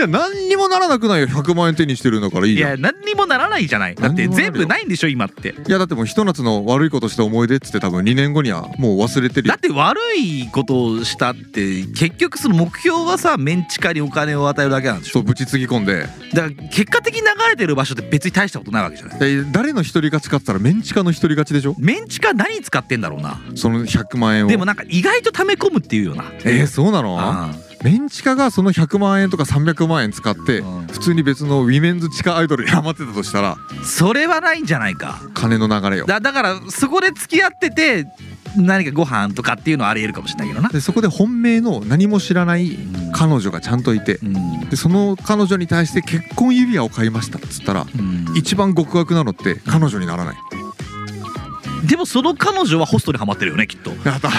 Speaker 4: や何にもならなくないよ100万円手にしてるんだからいい
Speaker 2: い
Speaker 4: じゃん
Speaker 2: や何にもならないじゃないだって
Speaker 4: 何にもなる
Speaker 2: 全
Speaker 4: よ
Speaker 2: 部ないんでしょ今って
Speaker 4: いやだってもうひと夏の悪いことした思い出っつって多分2年後にはもう忘れてる
Speaker 2: だ
Speaker 4: よ
Speaker 2: って悪いことをしたって結局その目標はさメンチカにお金を与えるだけなんでしょ
Speaker 4: そうぶちつぎ込んで
Speaker 2: だから結果的に流れてる場所って別に大したことないわけじゃない
Speaker 4: え誰の一人勝ちかっつったらメンチカの一人勝ちでしょ
Speaker 2: メンチカ何使ってんだろうな
Speaker 4: その100万円を
Speaker 2: でもなんか意外と溜め込むっていうよな
Speaker 4: えー、そうなの
Speaker 2: あ
Speaker 4: メンチカがその100万円とか300万円使って
Speaker 2: うん
Speaker 4: 普通に別のウィメンズ地下アイドルにハマってたとしたら
Speaker 2: それはないんじゃないか
Speaker 4: 金の流れよ
Speaker 2: だだからそこで付き合ってて何かご飯とかっていうのはありえるかもしれないけどな、
Speaker 4: でそこで本命の何も知らない彼女がちゃんといて
Speaker 2: うん
Speaker 4: でその彼女に対して結婚指輪を買いましたっつったら
Speaker 2: うん
Speaker 4: 一番極悪なのって彼女になら ない
Speaker 2: でもその彼女はホストにはまってるよねきっと
Speaker 4: やだ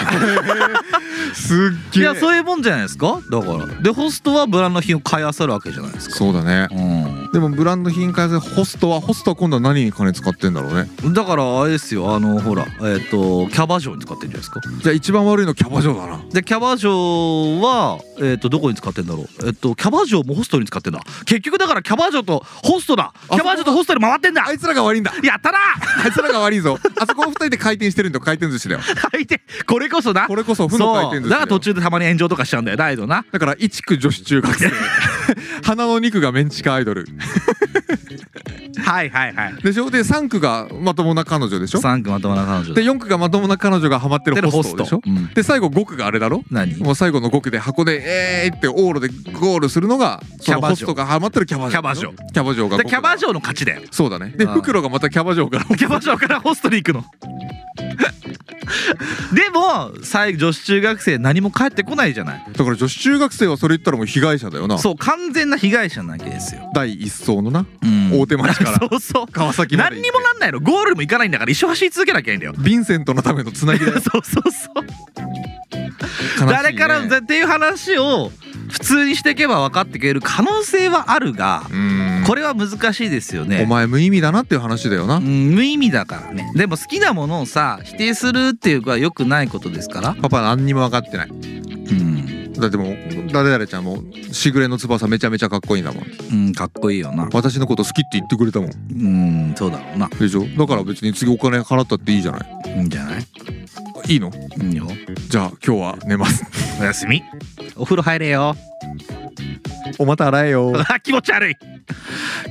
Speaker 4: すっ
Speaker 2: い
Speaker 4: げえ
Speaker 2: やそういうもんじゃないですかだからでホストはブランド品を買いあさるわけじゃないですか
Speaker 4: そうだね
Speaker 2: う
Speaker 4: でもブランド品開発ホストはホストは今度は何に金使ってんだろうね
Speaker 2: ん、だからあれですよあのほらえっ、とキャバ嬢に使ってるんじゃないですか
Speaker 4: じゃあ一番悪いのキャバ嬢だな
Speaker 2: でキャバ嬢はえっ、とどこに使ってんだろうえっ、とキャバ嬢もホストに使ってんだ結局だからキャバ嬢とホストだキャバ嬢とホストに回ってんだ
Speaker 4: あいつらが悪いんだ
Speaker 2: やったな
Speaker 4: あいつらが悪いぞあそこの二人で回転してるんだよ回転寿司だよ
Speaker 2: 相手これこそな
Speaker 4: これこそ負の回
Speaker 2: そ
Speaker 4: 転
Speaker 2: う
Speaker 4: 寿
Speaker 2: だ
Speaker 4: 司だ
Speaker 2: か
Speaker 4: よ
Speaker 2: ら途中でたまに炎上とかしちゃうんだよ大度な
Speaker 4: だから一区女子中学 生花の二区がメンチカアイドル
Speaker 2: はいはいはい
Speaker 4: でしょで三区がまともな彼女でしょ
Speaker 2: 3区まともな彼女
Speaker 4: で四区がまともな彼女がハマってるホストでしょ
Speaker 2: うん
Speaker 4: で最後5区があれだろ
Speaker 2: 何キ
Speaker 4: もう最後の5区で箱で「えーい!」ってオールでゴールするのがその
Speaker 2: キャバ嬢
Speaker 4: ホストがハマってるキャバ嬢
Speaker 2: ャバ嬢
Speaker 4: キャバ嬢が
Speaker 2: ャバ
Speaker 4: 嬢
Speaker 2: 嬢の勝ちだよ
Speaker 4: そうだねで
Speaker 2: あー
Speaker 4: 袋がまたキャバ嬢から
Speaker 2: キャバ嬢からホストに行くの でも最後女子中学生何も帰ってこないじゃない
Speaker 4: だから女子中学生はそれ言ったらもう被害者だよな
Speaker 2: そう完全な被害者なわけですよ、
Speaker 4: 第一層のな
Speaker 2: うん
Speaker 4: 大手町か ら
Speaker 2: そうそう
Speaker 4: 川崎ま
Speaker 2: 何
Speaker 4: で行っ
Speaker 2: に
Speaker 4: て
Speaker 2: もなんないのゴールも行かないんだから一生走り続けなきゃいけないんだよ
Speaker 4: ヴィンセントのためのつなぎだよ
Speaker 2: そうそうそう、
Speaker 4: 悲しいね
Speaker 2: 誰からもっていう話を普通にしていけば分かってくれる可能性はあるが
Speaker 4: うーん
Speaker 2: これは難しいですよね
Speaker 4: お前無意味だなっていう話だよな
Speaker 2: うん無意味だからねでも好きなものをさ否定するっていうのは良くないことですから
Speaker 4: パパ何にも分かってない
Speaker 2: うん、
Speaker 4: だってもう誰々ちゃんもしぐれの翼めちゃめちゃかっこいいんだもん
Speaker 2: うん、かっこいいよな
Speaker 4: 私のこと好きって言ってくれたもん
Speaker 2: うんそうだろうな
Speaker 4: でしょだから別に次お金払ったっていいじゃない
Speaker 2: いいんじゃない
Speaker 4: いいの
Speaker 2: いいよ
Speaker 4: じゃあ今日は寝ます。
Speaker 2: おやすみお風呂入れよ
Speaker 4: おまた洗えよ。
Speaker 2: あ気持ち悪い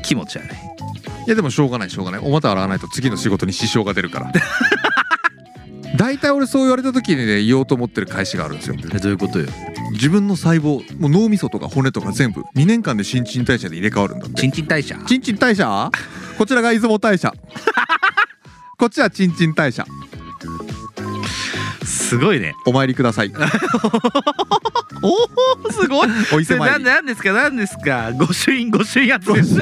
Speaker 2: 気持ち悪い
Speaker 4: いやでもしょうがないしょうがない。おまた洗わないと次の仕事に支障が出る から。大体俺そう言われた時にね言おうと思ってる返しがあるんですよ
Speaker 2: えどういうことよ
Speaker 4: 自分の細胞もう脳みそとか骨とか全部2年間で新陳代謝で入れ替わるんだって
Speaker 2: ちんちん代謝
Speaker 4: 新陳代謝こちらが出雲代謝こっちは新陳代謝
Speaker 2: すごいね
Speaker 4: お参りください
Speaker 2: おおすごい
Speaker 4: お伊
Speaker 2: そ
Speaker 4: 勢
Speaker 2: れ
Speaker 4: 参
Speaker 2: なん
Speaker 4: り
Speaker 2: でなんですかなんですか御朱印御朱印集めて
Speaker 4: 集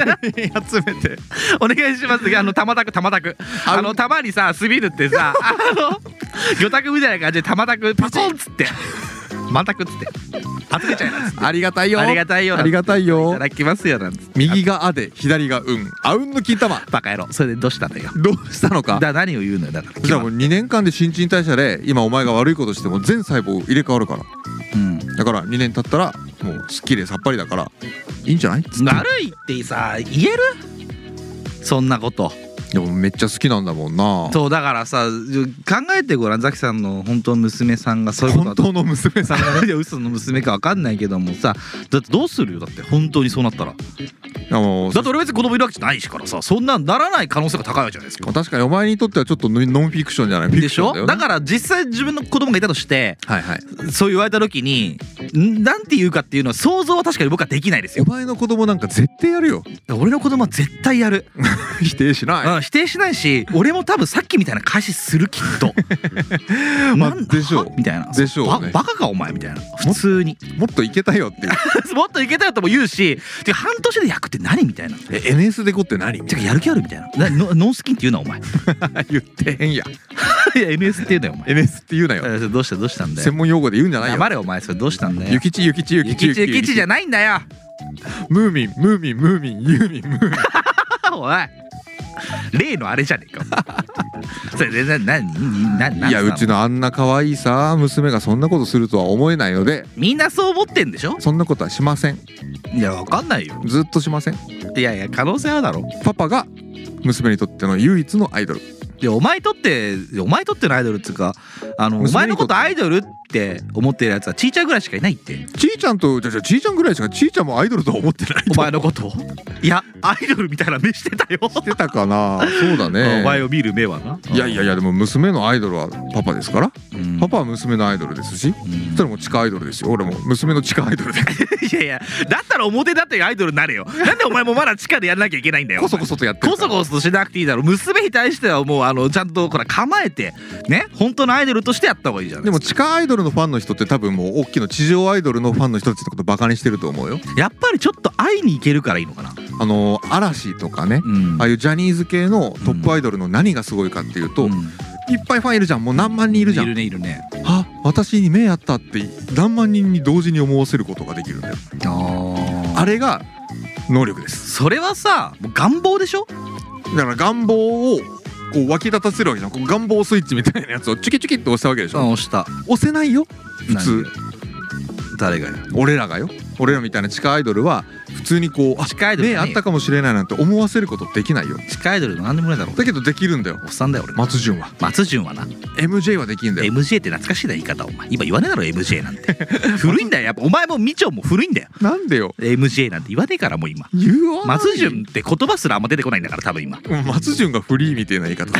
Speaker 4: めて
Speaker 2: お願いしますあの玉たく玉たくあのたまにさ滑るって さあの魚拓みたいな感じで玉たくパコンっつってまたくっつって集めちゃいます
Speaker 4: ありがたいよ
Speaker 2: ありがたいよ
Speaker 4: ありがたい
Speaker 2: い
Speaker 4: よ
Speaker 2: ただきますよなんつって
Speaker 4: 右があで左がうんあうんの金玉
Speaker 2: バカ野郎それでどうしたんだよ
Speaker 4: どうしたのか
Speaker 2: だから何を言うのよだから
Speaker 4: じゃあもう2年間で新陳代謝で今お前が悪いことしても全細胞入れ替わるから
Speaker 2: うん
Speaker 4: だから2年経ったらもうすっきりさっぱりだからいいんじゃないつって
Speaker 2: 悪いってさ言えるそんなこと
Speaker 4: でもめっちゃ好きなんだもんな
Speaker 2: そうだからさ考えてごらんザキさんの本当の娘さんがそういうこと
Speaker 4: 本当の娘さん
Speaker 2: 当 いや嘘の娘かわかんないけどもさだってどうするよだって本当にそうなったらだ
Speaker 4: いやもう
Speaker 2: って俺別に子供いるわけじゃないしからさそんなんならない可能性が高いわけじゃないですか
Speaker 4: 確かにお前にとってはちょっとノンノンフィクションじゃないフィ
Speaker 2: で
Speaker 4: ク
Speaker 2: し
Speaker 4: ション
Speaker 2: ょ
Speaker 4: だ
Speaker 2: だ
Speaker 4: よね
Speaker 2: から実際自分の子供がいたとして
Speaker 4: はいはい
Speaker 2: そう言われた時にんなんて言うかっていうのは想像は確かに僕はできないです
Speaker 4: お
Speaker 2: よ
Speaker 4: 前の子供なんか絶対やるよ
Speaker 2: 俺の子供は絶対やる
Speaker 4: 否定しない
Speaker 2: うん、否定しないし俺も多分さっきみたいな返しするきっと
Speaker 4: まあ
Speaker 2: なん
Speaker 4: でしょう
Speaker 2: はみたいな
Speaker 4: でしょうね
Speaker 2: ババカかお前みたいな普通に
Speaker 4: もっといけたよっていう
Speaker 2: もっといけたよとも言うしてか半年で役って何みたいな
Speaker 4: え NS でこって 何
Speaker 2: てかやる気あるみたいななノノンスキンって言うなお前
Speaker 4: 言ってへんや
Speaker 2: いや NS って言うなよお前
Speaker 4: NS って言うなよ
Speaker 2: えそれどうしたどうしたんだ
Speaker 4: 専
Speaker 2: よ
Speaker 4: 門用語で言うんじゃないよ
Speaker 2: 黙れお前それどうしたんだよ
Speaker 4: ゆきちゆきちゆ
Speaker 2: ゆ
Speaker 4: きち
Speaker 2: きちゆきちじゃ
Speaker 4: ない
Speaker 2: ないんだよ
Speaker 4: ムーミンムーミンムーミンユーミンムーミン
Speaker 2: おい例のあれじゃねえか それでな何何何
Speaker 4: いやうちのあんな可愛いさ娘がそんなことするとは思えないので
Speaker 2: みんなそう思ってんでしょ
Speaker 4: そんなことはしません
Speaker 2: いやわかんないよ
Speaker 4: ずっとしません
Speaker 2: いやいや可能性あるだろ
Speaker 4: パパが娘にとっての唯一のアイドル
Speaker 2: いやお前にとってお前にとってのアイドルっつうかあのお
Speaker 4: 娘
Speaker 2: 前
Speaker 4: にと
Speaker 2: のこ
Speaker 4: って
Speaker 2: とアイドルって思ってるやつはちいちゃんぐらいしかいない って
Speaker 4: ちいちゃんとじゃあじゃあちいちゃんぐらいしかちいちゃんもアイドルとは思ってない
Speaker 2: お前のことをいやアイドルみたいな目してた よ、
Speaker 4: 知ってたかなそうだね
Speaker 2: お前を見る目はない
Speaker 4: やいやいやでも娘のアイドルはパパですから
Speaker 2: うん
Speaker 4: パパは娘のアイドルですし
Speaker 2: うん
Speaker 4: それも地下アイドルですよ俺も娘の地下アイドルで
Speaker 2: いやいやだったら表だってアイドルになれよなんでお前もまだ地下でやらなきゃいけないんだよ
Speaker 4: こそこそとやってる
Speaker 2: こそ
Speaker 4: そ
Speaker 2: こそとしなくていいだろ娘に対してはもうあのちゃんとほら構えてね本当のアイドルとしてやった方がいいじゃん
Speaker 4: でも地下アイドルのファンの人って多分もう大きな地上アイドルのファンの人たちのことバカにしてると思うよ
Speaker 2: やっぱりちょっと会いに行けるからいいのかな
Speaker 4: あの嵐とかね
Speaker 2: うん
Speaker 4: ああいうジャニーズ系のトップアイドルの何がすごいかっていうと、
Speaker 2: うん
Speaker 4: いっぱいファンいるじゃんもう何万人いるじゃ
Speaker 2: い
Speaker 4: ん
Speaker 2: るねいるね
Speaker 4: あ私に目あったって何万人に同時に思わせることができるんだよ
Speaker 2: あ
Speaker 4: あれが能力です
Speaker 2: それはさもう願望でしょ
Speaker 4: だから願望をこう湧き立たせるわけじゃんこう願望スイッチみたいなやつをチュキチュキって押したわけでしょ、
Speaker 2: 押した
Speaker 4: 押せないよ普通
Speaker 2: 誰がよ
Speaker 4: 俺らがよ俺らみたいな地下アイドルは普通にこうあ
Speaker 2: 地下アイドルじ
Speaker 4: 目
Speaker 2: ゃ
Speaker 4: あ
Speaker 2: ねえ
Speaker 4: っ
Speaker 2: よ
Speaker 4: たかもしれないなんて思わせることできないよ
Speaker 2: 地下アイドルの何でもないだろ
Speaker 4: だけどできるんだよ
Speaker 2: おっさんだよ俺
Speaker 4: 松潤は
Speaker 2: 松潤はな
Speaker 4: MJ はできんだよ
Speaker 2: MJ って懐かしいな言い方お前今言わねえだろ MJ なん て古いんだよやっぱお前もみちょも古いんだよ
Speaker 4: なんでよ
Speaker 2: MJ なんて言わねえからもう今
Speaker 4: 言わない
Speaker 2: 松潤って言葉すらあんま出てこないんだから多分今
Speaker 4: うん松潤がフリーみたいな言い 方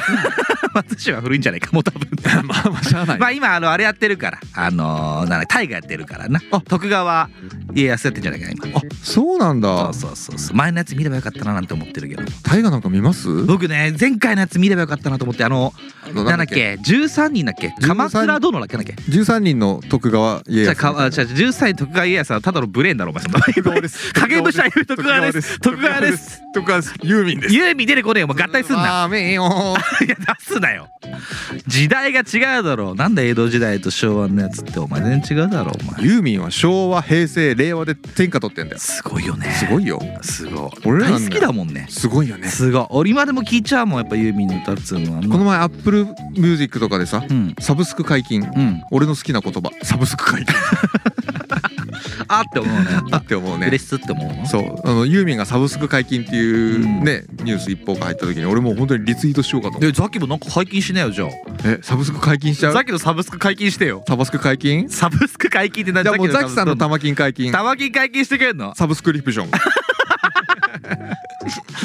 Speaker 2: 松潤は古いんじゃないかもう多分
Speaker 4: まあまあしゃあない、
Speaker 2: まあ今あのあれやってるからあのー、なんだ大河やってるからな
Speaker 4: あ
Speaker 2: 徳川家康やってんじゃないかな今
Speaker 4: あそうなん
Speaker 2: そ
Speaker 4: だ
Speaker 2: うそうそうそう前のやつ見ればよかったななんて思ってるけど
Speaker 4: 大河なんか見ます
Speaker 2: 僕ね前回のやつ見ればよかったなと思ってあの
Speaker 4: あの
Speaker 2: なんだっけ13人だっけ鎌倉殿だっけなんだっけ
Speaker 4: 13人の徳川家
Speaker 2: じゃ
Speaker 4: 康
Speaker 2: あかあじゃあ13歳徳川家康はただの無礼だろお前そんな
Speaker 4: 徳川です
Speaker 2: 加減としたら言う徳川です徳川です
Speaker 4: 徳川ですユーミンです
Speaker 2: ユーミン出てこねえよもう合体すんな
Speaker 4: ダメよ
Speaker 2: いや出すなよ時代が違うだろうなんで江戸時代と昭和のやつってお前全然違うだろうお前
Speaker 4: ユーミンは昭和平成令和で天下取ってんだよ
Speaker 2: すごいよね
Speaker 4: すごいよ
Speaker 2: すごい
Speaker 4: 俺ら
Speaker 2: 大
Speaker 4: なんだよ
Speaker 2: 好きだもんね
Speaker 4: すごいよね
Speaker 2: すごい俺今でも聞いちゃうもんやっぱユーミンの歌っつうのは
Speaker 4: この前アップルミュージックとかでさ
Speaker 2: うん
Speaker 4: サブスク解禁
Speaker 2: うん
Speaker 4: 俺の好きな言葉サブスク解禁
Speaker 2: あって思う ね
Speaker 4: って思うね
Speaker 2: 嬉しすって思うの
Speaker 4: そうあのユーミンがサブスク解禁っていう
Speaker 2: うん
Speaker 4: ね、ニュース一報が入った時に俺もう本当にリツイートしようかと思っ
Speaker 2: でさっきもなんか解禁しなよじゃ
Speaker 4: てえサブスク解禁しちゃ
Speaker 2: あ
Speaker 4: う
Speaker 2: さっきのサブスク解禁してよ
Speaker 4: サブスク解禁
Speaker 2: サブスク解禁って何
Speaker 4: じゃあもうザキさんの
Speaker 2: た
Speaker 4: 玉金解禁
Speaker 2: まき解禁してくれんの
Speaker 4: サブスクリプション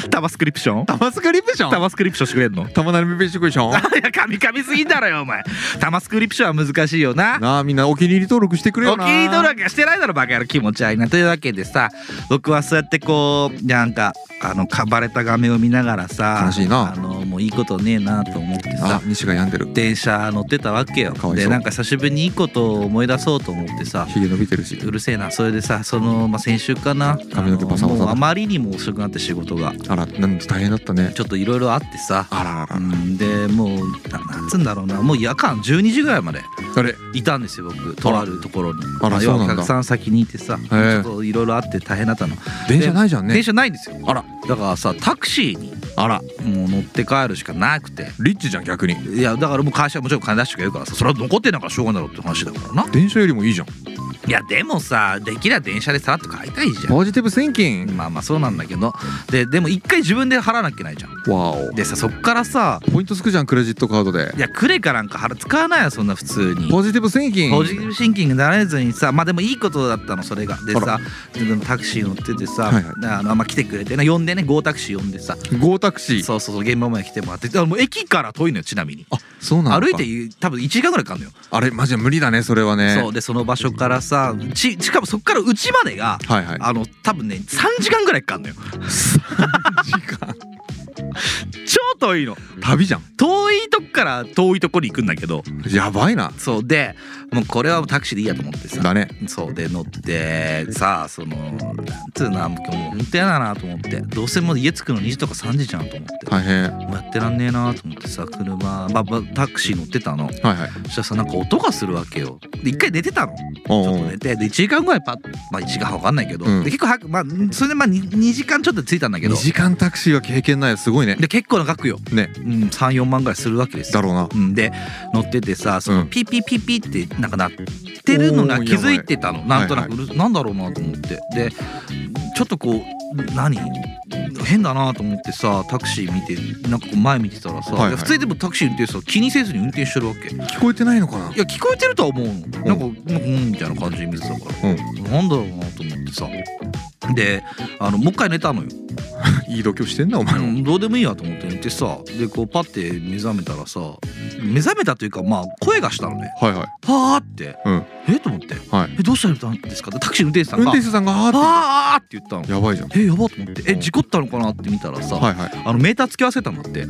Speaker 2: タマスクリプション
Speaker 4: タマスクリプショ
Speaker 2: タ
Speaker 4: ン
Speaker 2: マスクリプションしてくれんのい
Speaker 4: 玉なるみプシ ョン
Speaker 2: や噛み噛みすぎんだろよお前タマスクリプションは難しいよな
Speaker 4: なあみんなお気に入り登録してくれよ
Speaker 2: お気
Speaker 4: な
Speaker 2: に入り登録はしてないだろバカ野郎気持ち悪いなというわけでさ僕はそうやってこうなんかあのかばれた画面を見ながらさ
Speaker 4: 悲しいな
Speaker 2: あのもういいことねえなと思って
Speaker 4: あ
Speaker 2: さ
Speaker 4: 西が病んでる
Speaker 2: 電車乗ってたわけよ
Speaker 4: かわいそう
Speaker 2: でなんか久しぶりにいいことを思い出そうと思ってさ
Speaker 4: ひげ伸びてるし
Speaker 2: うるせえなそれでさその、まあ、先週かな
Speaker 4: 髪の毛パサ
Speaker 2: あ
Speaker 4: パサだ
Speaker 2: のもうあまりにも遅くなって仕事が
Speaker 4: あらなん大変だったね
Speaker 2: ちょっといろいろあってさ
Speaker 4: あらあら
Speaker 2: う
Speaker 4: あ
Speaker 2: んでもうななんつうんだろうなもう夜間12時ぐらいまで
Speaker 4: らあれ
Speaker 2: いたんですよ僕とあるところに
Speaker 4: あら
Speaker 2: まあ
Speaker 4: そう
Speaker 2: 要は
Speaker 4: なん
Speaker 2: お
Speaker 4: だ
Speaker 2: 客さん先にいてさちょ
Speaker 4: え
Speaker 2: っといろいろあって大変だったの
Speaker 4: 電車ないじゃん
Speaker 2: 電
Speaker 4: ね
Speaker 2: 車ないんですよ
Speaker 4: あら
Speaker 2: だからさタクシーに
Speaker 4: あら
Speaker 2: もう乗って帰るしかなくて
Speaker 4: リッチじゃん逆に
Speaker 2: いやだからもう会社はもちろん金出してくれるからさそれは残ってんだからしょうがないだろうって話だからな
Speaker 4: 電車よりもいいじゃん
Speaker 2: いやでもさできりゃ電車でさらっと買いたいじゃん
Speaker 4: ポジティブセンキン
Speaker 2: まあまあそうなんだけどででも一回自分で払わなきゃいけないじゃん
Speaker 4: わお
Speaker 2: でさそっからさ
Speaker 4: ポイントつくじゃんクレジットカードで
Speaker 2: いやクレカなんか払使わないよそんな普通に
Speaker 4: ポジティブセンキン
Speaker 2: ポジティブシンキングになれずにさまあでもいいことだったのそれがで
Speaker 4: あら
Speaker 2: さででもタクシー乗っててさ、
Speaker 4: はいはい
Speaker 2: であのまあ、来てくれてね呼んでねゴータクシー呼んでさ
Speaker 4: ゴータクシー
Speaker 2: そうそうそう現場まで来てもらってあもう駅から遠いのよちなみに
Speaker 4: あそうなんだ
Speaker 2: 歩いて多分1時間ぐらいかかるのよ、
Speaker 4: あれマジで無理だねそれはね
Speaker 2: そうでその場所からさちしかもそっからうちまでが
Speaker 4: はいはい
Speaker 2: あの多分ね3時間ぐらいかかるのよ
Speaker 4: 時間
Speaker 2: 超遠いの
Speaker 4: 旅じゃん
Speaker 2: 遠いいとこから遠いとこに行くんだけど
Speaker 3: やばいな
Speaker 2: そうでもうこれはもうタクシーでいいやと思ってさ
Speaker 3: だね
Speaker 2: そうで乗ってさあそのつうのはもう本当嫌だなと思ってどうせもう家着くの2時とか3時じゃんと思って、
Speaker 3: 大変は
Speaker 2: もうやってらんねえなと思ってさ車、まあまあ、タクシー乗ってたの
Speaker 3: いはい
Speaker 2: そしたらさなんか音がするわけよで一回寝てたのち
Speaker 3: おう
Speaker 2: ょ
Speaker 3: お
Speaker 2: っと
Speaker 3: う
Speaker 2: 寝てで1時間ぐらいパッまあ1時間半わかんないけど、
Speaker 3: うん
Speaker 2: で結構早くまあそれでまあ 2, 時間ちょっとで着いたんだけ
Speaker 3: 2
Speaker 2: ど
Speaker 3: 時間タクシーは経験ないすごいね
Speaker 2: で結構な額よ、
Speaker 3: ね
Speaker 2: うん、34万ぐらいするわけです
Speaker 3: だ
Speaker 2: よ
Speaker 3: ろうな
Speaker 2: うん、で乗っててさそうの
Speaker 3: ん
Speaker 2: ピーピーピーピーってなんか鳴ってるの
Speaker 3: お
Speaker 2: が
Speaker 3: ー
Speaker 2: 気づいてたの
Speaker 3: ばい
Speaker 2: なんとなく、うるなんだろうなと思ってでちょっとこう何変だなと思ってさタクシー見てなんかこう前見てたらさ、
Speaker 3: はいはい
Speaker 2: で普通にでもタクシー運転手さ気にせずに運転してるわけい
Speaker 3: 聞こえてないのかな
Speaker 2: や聞こえてるとは思うのなんかうんみたいな感じで見てたから、
Speaker 3: うん
Speaker 2: なんだろうなと思ってさであのもう一回寝たのよ
Speaker 3: いい度胸してんなお前
Speaker 2: う
Speaker 3: も
Speaker 2: んどうでもいいやと思って寝てさでこうパッて目覚めたらさ目覚めたというかまあ声がしたのね
Speaker 3: はいはい
Speaker 2: はーって、
Speaker 3: うん
Speaker 2: えと思って
Speaker 3: はい
Speaker 2: えどうしたんですかってタクシーの運転手さん
Speaker 3: 運
Speaker 2: が
Speaker 3: 転手さんがあーっ
Speaker 2: あーって言ったの
Speaker 3: てやばいじゃん
Speaker 2: えやばと思ってえ事故ったのかなって見たらさ、
Speaker 3: はいは
Speaker 2: あのメーター付き合わせたんだ って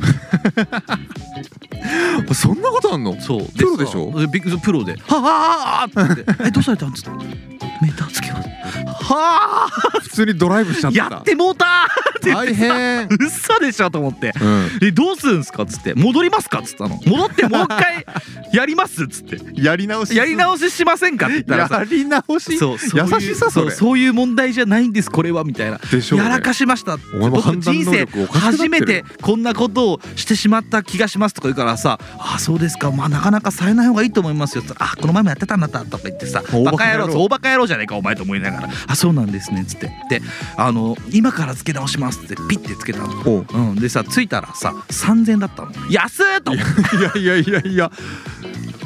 Speaker 3: いそんなことあんの
Speaker 2: そうで
Speaker 3: プロでしょ
Speaker 2: さでびっくりプロで「はあ!」って言って「えどうされたん?」っつって「メーター付き合わせはあ
Speaker 3: 普通にドライブしちゃった
Speaker 2: やってもうた!」って言っ
Speaker 3: 大
Speaker 2: てさ
Speaker 3: 変
Speaker 2: 嘘でしょと思って
Speaker 3: うん
Speaker 2: 「えどうするんすか?」っつって「戻りますか?」っつったの「戻ってもう一回やります」っつって
Speaker 3: やり直
Speaker 2: 「
Speaker 3: し
Speaker 2: やり直ししませんか?」って言ったらさ
Speaker 3: やり直し
Speaker 2: そうそういう
Speaker 3: 優しさそれ
Speaker 2: そうそういう問題じゃないんですこれはみたいな
Speaker 3: でしょうね
Speaker 2: やらかしました
Speaker 3: お前も
Speaker 2: 僕
Speaker 3: 判断
Speaker 2: 人
Speaker 3: 能
Speaker 2: 生
Speaker 3: 力おかしくなってる
Speaker 2: 初めてこんなことをしてしまった気がしますとか言うからさ「あそうですかまあなかなかされない方がいいと思いますよ」って言ったらあこの前もやってたんだった」とか言ってさ「
Speaker 3: 大
Speaker 2: バ
Speaker 3: バ
Speaker 2: カ
Speaker 3: カ野郎
Speaker 2: 野郎そう大バカ野郎じゃないかお前」と思いながら「あそうなんですね」っつってであの「今から付け直します」ってピッて付けたの。
Speaker 3: おう
Speaker 2: うん、でさ着いたらさ3,000だったの安っと思って
Speaker 3: いやいやいやいや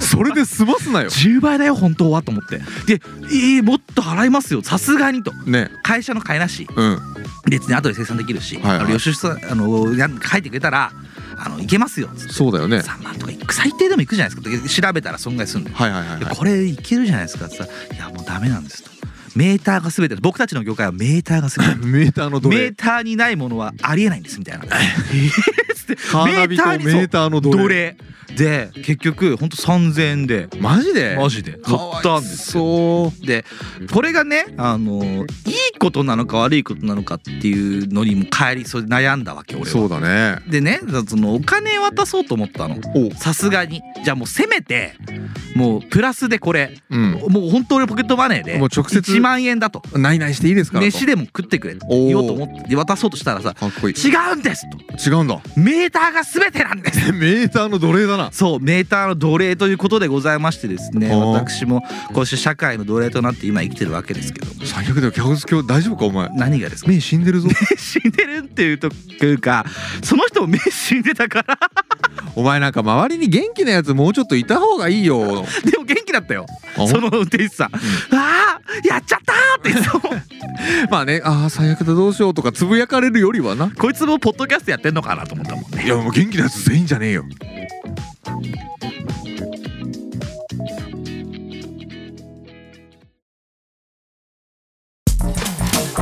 Speaker 3: それで済ますなよ
Speaker 2: 10倍だよ本当はと思ってで「えー、もっと払いますよさすがに」と
Speaker 3: ね
Speaker 2: 会社の買いなし
Speaker 3: うん
Speaker 2: 別に後で生産できるし、
Speaker 3: はいはい
Speaker 2: あの予習さあのや書いてくれたらあのいけますよっつって
Speaker 3: そうだよね
Speaker 2: 3万とかいく最低でもいくじゃないですかで調べたら損害するんだよ、
Speaker 3: はいはいはい
Speaker 2: で
Speaker 3: はい
Speaker 2: これいけるじゃないですかってさ「いやもうダメなんです」と「メーターが全て僕たちの業界はメーターが 全て
Speaker 3: メーターの奴
Speaker 2: メ
Speaker 3: 隷
Speaker 2: ーターにないものはありえないんです」み たいな。えーつって
Speaker 3: カーナビとメーターの奴
Speaker 2: 奴
Speaker 3: 隷
Speaker 2: 隷で結局ほんと3,000円で
Speaker 3: マジで
Speaker 2: マジで買ったんですよ。
Speaker 3: そう
Speaker 2: でこれがねあのいいことなのか悪いことなのかっていうのにも帰りそれ悩んだわけ俺は。
Speaker 3: そうだね
Speaker 2: でねそのお金渡そうと思ったの
Speaker 3: お
Speaker 2: さすがにじゃあもうせめてもうプラスでこれ
Speaker 3: うん
Speaker 2: もう本当にポケットマネーで
Speaker 3: もう直接
Speaker 2: 1万円だと
Speaker 3: ないないしていいですからと
Speaker 2: 飯でも食ってくれって
Speaker 3: おー
Speaker 2: 言おうと思って渡そうとしたらさ
Speaker 3: かっこいい
Speaker 2: 違うんですと
Speaker 3: 違うんだ
Speaker 2: メーターが全てなんです
Speaker 3: メーターの奴隷だな
Speaker 2: そうメーターの奴隷ということでございましてですね
Speaker 3: おー
Speaker 2: 私もこうして社会の奴隷となって今生きてるわけですけども
Speaker 3: 最悪だよキャウス教大丈夫かお前
Speaker 2: 何がですか
Speaker 3: 目死んでるぞ
Speaker 2: 死んでるっていうというかその人も目死んでたから
Speaker 3: お前なんか周りに元気なやつもうちょっといた方がいい よ
Speaker 2: でも元気だったよ
Speaker 3: あ
Speaker 2: その運転手さん「ああやっちゃった!」って言ってたもん
Speaker 3: まあねああ最悪だどうしようとかつぶやかれるよりはな
Speaker 2: こいつもポッドキャストやってんのかなと思ったもんね
Speaker 3: いやもう元気なやつ全員じゃねえよ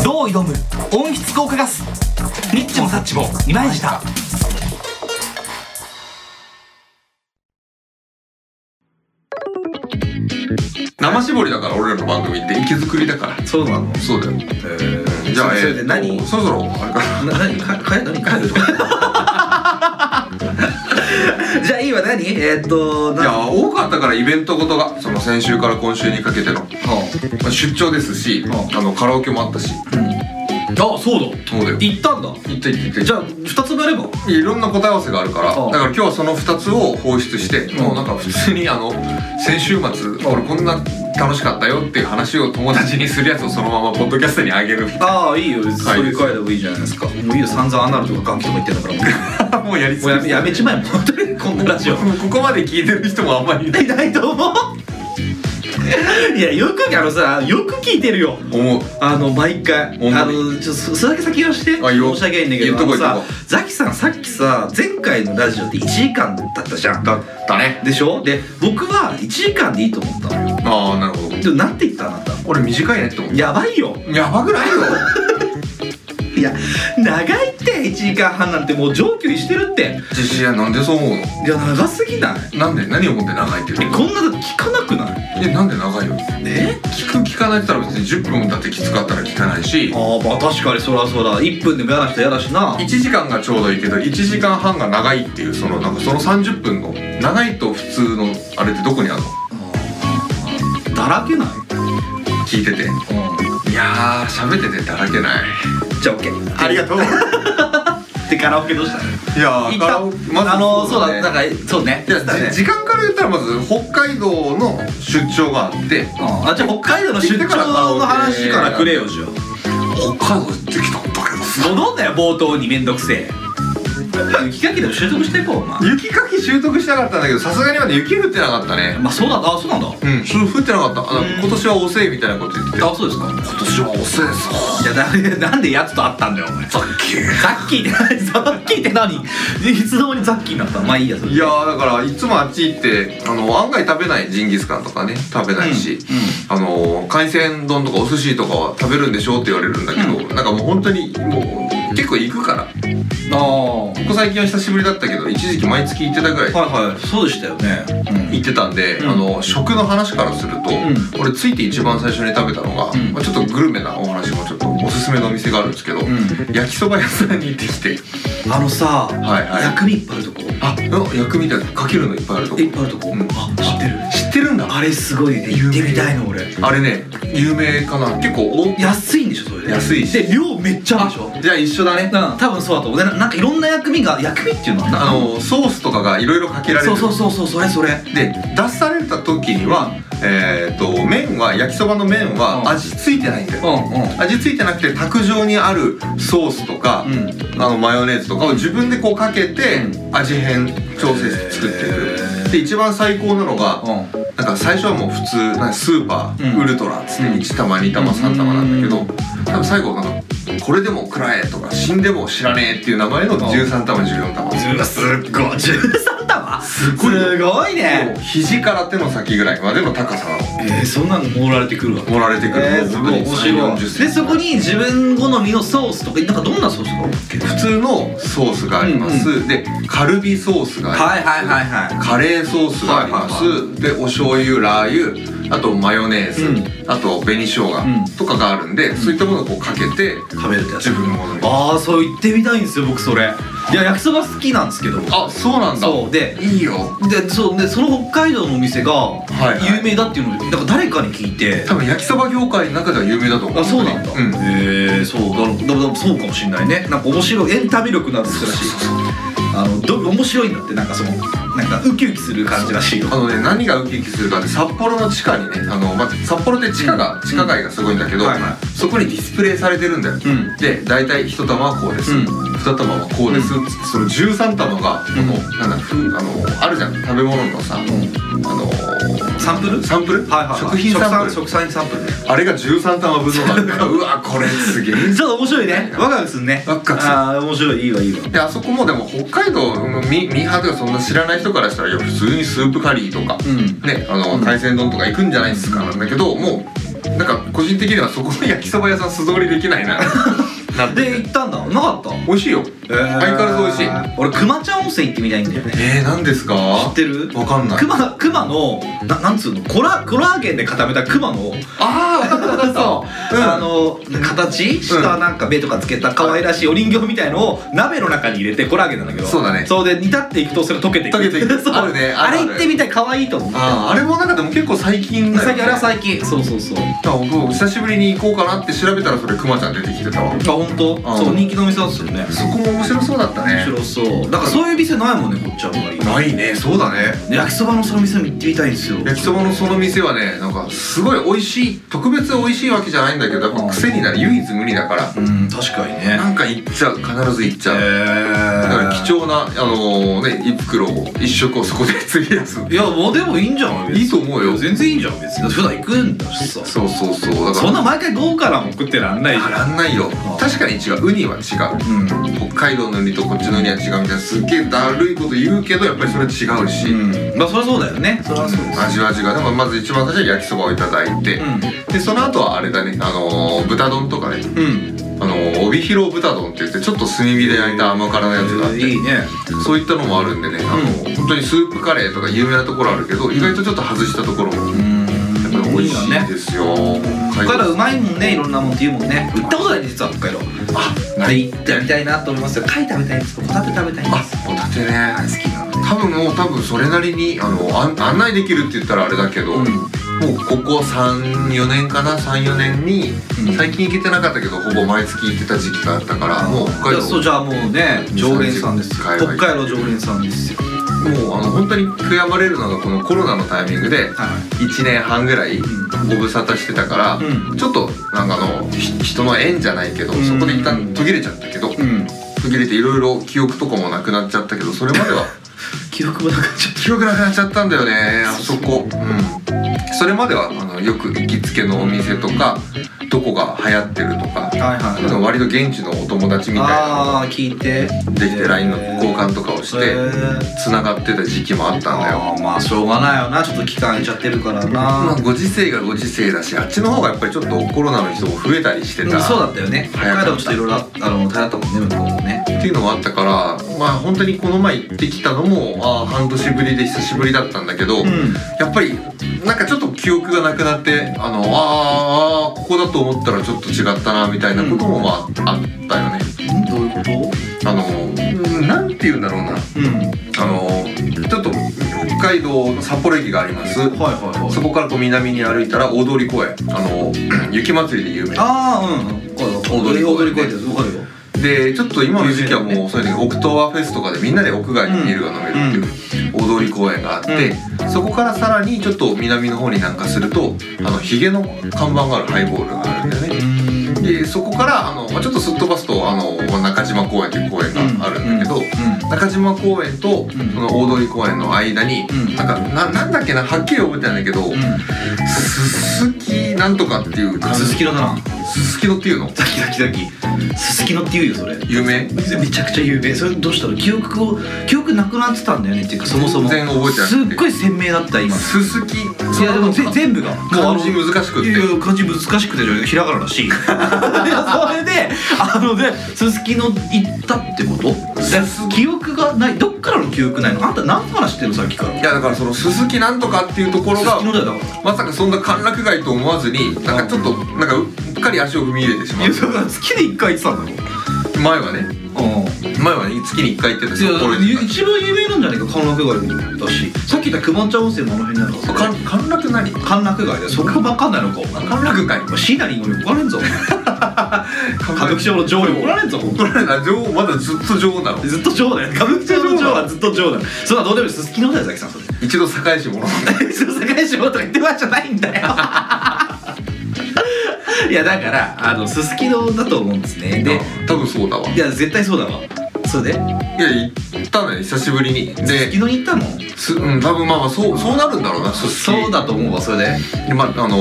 Speaker 2: どう挑む音質効果ガスニッチもサッチもイマイジだ
Speaker 4: 生絞りだから俺らの番組って息作りだから
Speaker 2: そうなの
Speaker 4: そうだよ、じゃあ、えー、何そろそろあれかな
Speaker 2: 何かか何かじゃあいいわ何えー、っと
Speaker 4: いや多かったからイベントごとがその先週から今週にかけての、まあ出張ですし、あのカラオケもあったし
Speaker 2: あそうだ
Speaker 4: そうだよ
Speaker 2: 行ったんだ
Speaker 4: 行って行って行って
Speaker 2: ゃあ2つもやれば
Speaker 4: いろんな答え合わせがあるからだ
Speaker 2: うん
Speaker 4: から今日はその2つを放出して、もうなんか普通にあの先週末、俺こんな楽しかったよっていう話を友達にするやつをそのままポッドキャストにあげる
Speaker 2: ああいいよ別に
Speaker 4: はい
Speaker 2: そういう回でもいいじゃないですかもういいよ散々アナルとかガンキとか言ってんだからも
Speaker 4: もうやり
Speaker 2: うもうやめやめちまえもう本当にこんなラジオ
Speaker 4: もうここまで聞いてる人もあんまりいない
Speaker 2: いないと思ういやよくあのさよく聞いてるよ
Speaker 4: 思う
Speaker 2: あの毎回
Speaker 4: ほんま
Speaker 2: あ
Speaker 4: に
Speaker 2: のちょっとそそれだけ先をして
Speaker 4: あいいよ
Speaker 2: 申し訳ないんだけど
Speaker 4: 言っとこう
Speaker 2: あのさ
Speaker 4: 言っと
Speaker 2: ザキさんさっきさ前回のラジオで1時間だったじゃん
Speaker 4: だったね
Speaker 2: でしょで僕は1時間でいいと思ったのよ
Speaker 4: ああなるほど
Speaker 2: でもなんて言ったあなた
Speaker 4: 俺短いねって思っ
Speaker 2: やばいよ
Speaker 4: やばくないよ
Speaker 2: いや長いって1時間半なんてもう上級にしてるって
Speaker 4: 実際なんでそう思うの
Speaker 2: いや長すぎない
Speaker 4: なんで何をもって長いって言う
Speaker 2: こんなの聞かなくない
Speaker 4: のえなんで長いよ
Speaker 2: ね
Speaker 4: 聞く聞かないって言ったら別に10分だってきつかったら聞かないし
Speaker 2: ああまあ確かにそりゃそうだ1分でも嫌な人嫌だしな
Speaker 4: 1時間がちょうどいいけど1時間半が長いっていうそのなんかその30分の長いと普通のあれってどこにあるの
Speaker 2: だらけない
Speaker 4: 聞いてていやー喋っててだらけない
Speaker 2: じゃあ OK
Speaker 4: ありがとうい
Speaker 2: でカラオケどうしたの
Speaker 4: や
Speaker 2: 一旦
Speaker 4: ーカラオケまず
Speaker 2: あのそうだ
Speaker 4: ね
Speaker 2: なんかそうね
Speaker 4: いやじ時間から言ったらまず北海道の出張があって
Speaker 2: うんあじゃあ北海道の出張の話からくれよじゃあ
Speaker 4: 北海道行ってきたんだけどさ
Speaker 2: 戻んなよ冒頭にめんどくせえ雪かきでも習得していこうお前
Speaker 4: 雪かき習得したかったんだけどさすがにまだ雪降ってなかったね
Speaker 2: まあそうなんだあそうなんだ
Speaker 4: うんそれ降ってなかったあ
Speaker 2: うん
Speaker 4: 今年は遅いみたいなこと言ってて
Speaker 2: あそうですか
Speaker 4: 今年は遅いさ
Speaker 2: いやなんでなんでやつと会ったんだ よお前
Speaker 4: さっき
Speaker 2: ザッキーって何ザッキーって何いつの間にザッキーになったのまあいいやそれ
Speaker 4: いやーだからいつもあっち行ってあの案外食べないジンギスカンとかね食べないし、あのー海鮮丼とかお寿司とかは食べるんでしょうって言われるんだけど、なんかもう本当にもう結構行くからこ
Speaker 2: あ
Speaker 4: こ最近は久しぶりだったけど一時期毎月行ってたぐらい
Speaker 2: あはいはいそうでしたよね
Speaker 4: 行ってたんで、
Speaker 2: うん
Speaker 4: あの食の話からすると、
Speaker 2: う
Speaker 4: 俺ついて一番最初に食べたのが、
Speaker 2: うん
Speaker 4: まあ、ちょっとグルメなお話もちょっとおすすめのお店があるんですけど、
Speaker 2: ん
Speaker 4: 焼きそば屋さんに行ってきて
Speaker 2: うんあのさ
Speaker 4: はいはい
Speaker 2: 薬味いっぱいあるとこ
Speaker 4: あうん薬味だかけるのいっぱいあるとこ
Speaker 2: いっぱいあるとこ
Speaker 4: うん
Speaker 2: あ知ってる
Speaker 4: 知ってるんだ
Speaker 2: あれすごいね行ってみたいの俺
Speaker 4: あれね有名かな結構お
Speaker 2: 安いんでしょそれで
Speaker 4: 安いし
Speaker 2: で量めっちゃあるでしょ
Speaker 4: じゃあ一緒だね
Speaker 2: うん多分そうだと思うでななんかいろんな薬味が薬味っていうのは
Speaker 4: あ
Speaker 2: な
Speaker 4: のソースとかがいろいろかけられ
Speaker 2: そ
Speaker 4: る
Speaker 2: うそうそうそうそれそれ
Speaker 4: で出された時には、えー、と麺は焼きそばの麺
Speaker 2: うん
Speaker 4: は味付いてないんだよ、
Speaker 2: う
Speaker 4: 味付いてなくて卓上にあるソースとか、
Speaker 2: んうん
Speaker 4: あのマヨネーズとかを自分でこうかけて味変調整して作ってい
Speaker 2: へー
Speaker 4: くで一番最高なのが
Speaker 2: うん
Speaker 4: なんか最初はもう普通なんかスーパー、
Speaker 2: うん
Speaker 4: ウルトラっつって
Speaker 2: うん
Speaker 4: 1玉2玉3玉なんだけ
Speaker 2: う
Speaker 4: ど
Speaker 2: ん
Speaker 4: 多分最後なんか「これでも食らえ」とか「死んでも知らねえ」っていう名前の13玉14玉
Speaker 2: うわすっごい13玉す
Speaker 4: ごいよ
Speaker 2: ごい
Speaker 4: もう肘から手の先ぐらいまでの高さを
Speaker 2: えー、そんなの盛られてくるわ
Speaker 4: 盛られてくる、
Speaker 2: えー、
Speaker 4: もう
Speaker 2: す
Speaker 4: 本
Speaker 2: ご
Speaker 4: 当
Speaker 2: い
Speaker 4: に
Speaker 2: 面白い
Speaker 4: 30セン
Speaker 2: で
Speaker 4: チ
Speaker 2: そこに自分好みのソースとかなんかどんなソースがあるっけ
Speaker 4: 普通のソースがあります、でカルビソースがあります、
Speaker 2: は
Speaker 4: カレーソースがあります、
Speaker 2: はい
Speaker 4: でお醤油ラー油あとマヨネーズ、
Speaker 2: う
Speaker 4: あと紅生姜
Speaker 2: ん
Speaker 4: とかがあるんで、そういったものをこうかけて
Speaker 2: 食べるってやつ
Speaker 4: 自分のものに
Speaker 2: ああそう言ってみたいんですよ僕それいや焼きそば好きなんですけど
Speaker 4: あそうなんだ
Speaker 2: そうで
Speaker 4: いいよ
Speaker 2: でそうでその北海道のお店が
Speaker 4: いは
Speaker 2: 有
Speaker 4: い
Speaker 2: 名だっていうのをなんか誰かに聞いて
Speaker 4: 多分焼きそば業界の中では有名だと思う
Speaker 2: あそうなんだ、
Speaker 4: うん
Speaker 2: へえそうだろだだそうかもしんないねなんか面白いエンタメ力なんですらしいあのど面白いんだってなんかそのなんかウキウキする感じらしいよ
Speaker 4: あのね何がウキウキするかって札幌の地下にねあの、まあ、札幌って地下が、地下街がすごいんだけど、
Speaker 2: はいは
Speaker 4: そこにディスプレイされてるんだよ、
Speaker 2: うん
Speaker 4: で大体1玉はこうです、
Speaker 2: うん
Speaker 4: 2玉はこうです、その13玉
Speaker 2: ん
Speaker 4: が、このなんだふあのあるじゃん食べ物のさ、あのー
Speaker 2: サンプル
Speaker 4: サンプル、
Speaker 2: はいはいはい
Speaker 4: 食品サンプル
Speaker 2: 食産食産サンプルね
Speaker 4: あれが13玉分のがあるから うわこれすげえ
Speaker 2: ちょっと面白いねワクワクするね
Speaker 4: ワクワクする
Speaker 2: ああ面白いいいわいいわ
Speaker 4: であそこもでも北海道のミミーハーとかそんな知らない人からしたらいや普通にスープカリーとか、
Speaker 2: うん
Speaker 4: ねあの
Speaker 2: うん
Speaker 4: 海鮮丼とか行くんじゃないですかなんだけどもうなんか個人的にはそこの焼きそば屋さん素通りできない ななって
Speaker 2: で行ったんだなかった
Speaker 4: 美味しいよ
Speaker 2: 相
Speaker 4: 相変わらず美味しい
Speaker 2: 俺熊ちゃん温泉行ってみたいんだよね
Speaker 4: えー、何ですか
Speaker 2: 知ってる
Speaker 4: わかんない
Speaker 2: 熊熊のななんつうのコラコラーゲンで固めた熊の
Speaker 4: ああ分かった分かっ
Speaker 2: う
Speaker 4: た
Speaker 2: んあの形下なんか目とかつけた可愛らしいお人形みたいのを鍋の中に入れてコラーゲンなんだけど
Speaker 4: そうだね
Speaker 2: そうで煮立っていくとそれ溶けていく
Speaker 4: 溶けていく
Speaker 2: そう
Speaker 4: あるね
Speaker 2: あ
Speaker 4: あるあ
Speaker 2: れ
Speaker 4: る
Speaker 2: 行ってみたい可愛いと思う
Speaker 4: あーあれもなんかでも結構最近だよ
Speaker 2: 最
Speaker 4: ね
Speaker 2: 近あれは最近そうそうそうあ
Speaker 4: だから僕久しぶりに行こうかなって調べたらそれくまちゃん出てきてたわ
Speaker 2: 本当
Speaker 4: あー
Speaker 2: そう人気のお店なんですよね
Speaker 4: そこも面白そうだった
Speaker 2: 面
Speaker 4: ね
Speaker 2: 白そうだからそういう店ないもんねこっちはあんまり
Speaker 4: ないねそうだね
Speaker 2: 焼きそばのその店も行ってみたいんですよ
Speaker 4: 焼きそばのその店はねなんかすごい美味しい特別美味しいわけじゃないんだけどやっぱ癖になる唯一無二だから
Speaker 2: うん確かにね
Speaker 4: なんか行っちゃう必ず行っちゃうだから貴重なあのね一袋を一食をそこで継ぎ出す
Speaker 2: いやもうでもいいんじゃない別に
Speaker 4: いいと思うよ
Speaker 2: 全然いいんじゃん別に普段行くんだしさ
Speaker 4: そうそうそうだか
Speaker 2: そ
Speaker 4: ら
Speaker 2: んな毎回豪華なもん食ってらんないじゃ
Speaker 4: あ
Speaker 2: ん
Speaker 4: らんないよ確かに違うウニは違う
Speaker 2: うん
Speaker 4: 北海道のウニとこっちのウニは違うみたいなすっげえだるいこと言うけどやっぱりそれ違うし、
Speaker 2: うんまあそりゃそうだよねそりゃそうで
Speaker 4: 味は違うでもまず一番最初は焼きそばをいただいて、
Speaker 2: う
Speaker 4: でその後はあれだねあのー豚丼とかね
Speaker 2: んうん
Speaker 4: あの帯広豚丼って言ってちょっと炭火で焼いた甘辛のやつがあって
Speaker 2: いいね
Speaker 4: そういったのもあるんでね、あの本当にスープカレーとか有名なところあるけど、意外とちょっと外したところもやっ
Speaker 2: うん
Speaker 4: ぱり美味しい
Speaker 2: ね
Speaker 4: ですよ。北
Speaker 2: 北
Speaker 4: 海
Speaker 2: 海道
Speaker 4: 道
Speaker 2: うまいもんねいろんなもんって言うもんね行ったことないです実は北海道あ
Speaker 4: ない
Speaker 2: 行ってみたいなと思いますよ貝食べたいんですホタテ食べたいんで
Speaker 4: あ
Speaker 2: す、
Speaker 4: ホタテね。
Speaker 2: 大好きなので
Speaker 4: 多分もう多分それなりにあの案案内できるって言ったらあれだけど、もうここ34年かな34年に、
Speaker 2: うん
Speaker 4: 最近行けてなかったけどほぼ毎月行ってた時期があったからもう北海
Speaker 2: いやそう
Speaker 4: 道
Speaker 2: じゃあもうね常連さんですよ
Speaker 4: 海
Speaker 2: 北
Speaker 4: 外
Speaker 2: 海道常連さんですよ
Speaker 4: もうあの本当に悔やまれるのがこのコロナのタイミングで
Speaker 2: はい
Speaker 4: 1年半ぐらい
Speaker 2: うん
Speaker 4: ご無沙汰してたから、
Speaker 2: うん
Speaker 4: ちょっとなんかあのひ人の縁じゃないけど、
Speaker 2: うん
Speaker 4: そこで一旦途切れちゃったけど、
Speaker 2: うん
Speaker 4: 途切れていろいろ記憶とかもなくなっちゃったけどそれまでは
Speaker 2: 記憶もなくなっちゃっ
Speaker 4: 記憶なくなっちゃったんだよねあそこ、うん、それまではあのよく行きつけのお店とかどこが流行ってるとか
Speaker 2: たはい
Speaker 4: あの割と現地のお友達みたいなの
Speaker 2: ああ聞いて
Speaker 4: ができて LINE の交換とかをしてつながってた時期もあったんだよ
Speaker 2: あーまあしょうがないよなちょっと期間空いちゃってるから
Speaker 4: ま
Speaker 2: な
Speaker 4: あご時世がご時世だしあっちの方がやっぱりちょっとコロナの人も増えたりしてた、
Speaker 2: うんそうだったよね北
Speaker 4: 早か
Speaker 2: 海
Speaker 4: っ
Speaker 2: 道もちょっ
Speaker 4: た
Speaker 2: といろいろああの大変だったもんね向こうもね
Speaker 4: っていうのもあったからまあ本当にこの前行ってきたのもああ半年ぶりで久しぶりだったんだけど、
Speaker 2: ん
Speaker 4: やっぱりなんかちょっと記憶がなくなってあのあーあーここだと思ったらちょっと違ったなみたいなこともまああったよね。
Speaker 2: どういうこ
Speaker 4: あのうんなんて言うんだろうな
Speaker 2: とうんはい
Speaker 4: あのちょっと北海道の札幌駅があります。
Speaker 2: はいはい
Speaker 4: そこからこう南に歩いたら大通公園あの 雪まつりで有名
Speaker 2: ああうん
Speaker 4: 踊り
Speaker 2: 踊
Speaker 4: 声
Speaker 2: り声ですわかるよ
Speaker 4: でちょっと今の時期はもうそういうのオクトーバーフェスとかでみんなで屋外にビールが飲めるっていう大通公園があって、そこからさらにちょっと南の方になんかするとあのヒゲの看板があるハイボールがあるんだよね。でそこからあのまあちょっとすっ飛ばすとあの中島公園という公園があるんだけど、中島公園とそ
Speaker 2: ん
Speaker 4: の大通公園の間に、
Speaker 2: うん
Speaker 4: なんかななんだっけなはっきり覚えてないんだけど、すすきなんとかっていう
Speaker 2: うんすすきのだな
Speaker 4: すすきのっていうの
Speaker 2: ザキザキザキすすきのって言うよそれ
Speaker 4: 有名
Speaker 2: めちゃくちゃ有名それどうしたの記憶を記憶なくなってたんだよねっていうかそもそも
Speaker 4: 全然覚えてなく
Speaker 2: す
Speaker 4: て
Speaker 2: っごい鮮明だった今
Speaker 4: すすき
Speaker 2: いやでもぜ全部が
Speaker 4: 漢字難しくって
Speaker 2: いやいや漢字難しくてじゃないひらがなだし いやそれであのねすすきの行ったってことだから記憶がないどっからの記憶ないのあんた何の話してるのさっきから
Speaker 4: いやだからそのすすきなんとかっていうところ
Speaker 2: すす
Speaker 4: が
Speaker 2: きのだよだから
Speaker 4: まさかそんな歓楽街と思わずになんかちょっとなんかうっかり足を踏み入れてし
Speaker 2: い
Speaker 4: ま
Speaker 2: やだ
Speaker 4: う
Speaker 2: から月で一回行ってたんだよ
Speaker 4: 前はね
Speaker 2: うん
Speaker 4: 前はね月に一回行ってた
Speaker 2: いや
Speaker 4: 札幌に
Speaker 2: 一番有名なんじゃないか歓楽街だしさっき言った熊茶温泉もあの辺なのか
Speaker 4: かん歓楽 何
Speaker 2: 歓楽街だよそこばっかんないのかお前
Speaker 4: 歓楽街
Speaker 2: 椎名林檎に怒られ んぞお前歌舞伎町の女王に怒られんぞお前
Speaker 4: これなんか女王まだずっと女王なの
Speaker 2: ずっと女王だよ歌舞伎町の女王はずっと女王だよそんなどうでもいいすすきのだよザキさんそれ
Speaker 4: 一度堺市もらった
Speaker 2: 堺市もとか言ってる場合じゃないんだよ いやだからあのすすきのだと思うんですねで
Speaker 4: 多分そうだわ
Speaker 2: いや絶対そうだわそれで
Speaker 4: いや行ったのよ久しぶりに
Speaker 2: すすき
Speaker 4: で
Speaker 2: のに行ったの
Speaker 4: すうん多分まあまあそうそうなるんだろうなすすき
Speaker 2: そうだと思うわそれで
Speaker 4: でまああの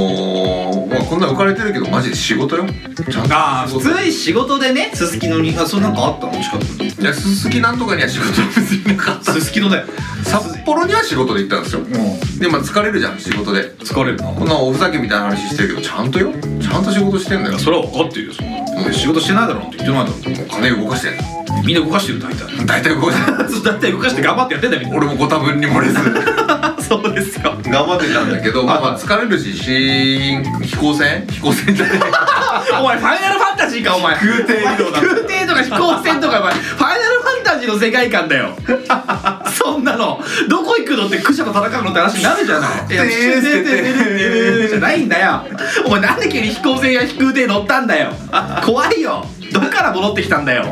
Speaker 4: ーまあこんな浮かれてるけどマジで仕事よちゃんと
Speaker 2: ああ
Speaker 4: 仕
Speaker 2: 普
Speaker 4: 事
Speaker 2: 通に仕事でねすすきのにあそうなんかあったの近くに
Speaker 4: いやすすきなんとかには仕事は別になかった
Speaker 2: すすきのだよ
Speaker 4: 札幌には仕事で行ったんですよ
Speaker 2: も
Speaker 4: でまあ疲れるじゃん仕事で
Speaker 2: う疲れるな
Speaker 4: こんなおふざけみたいな話してるけどちゃんとよちゃんと仕事してんだよ
Speaker 2: それは分かってるよそんな
Speaker 4: うん
Speaker 2: 仕事してないだろうなんて言ってないだ
Speaker 4: もう金動かしてん
Speaker 2: ろみんな動かしてる大体
Speaker 4: の大体動かしてんの
Speaker 2: そう大体動かして頑張ってやってんだよみんな
Speaker 4: 俺もご多分に漏れず頑
Speaker 2: そうですよ
Speaker 4: 張ってたんだけどまあまあ疲れるしし飛行船飛行船じゃない
Speaker 2: お前ファイナルファンタジーかお前空挺移動だ空挺とか飛行船とかお前ファイナルファンタジーの世界観だ よそんなのどこ行くのってクシャと戦うのって話になるじゃないいや空挺ってじゃないんだよお前なんで急に飛行船や飛空艇乗ったんだよ怖いよどっから戻ってきたんだよ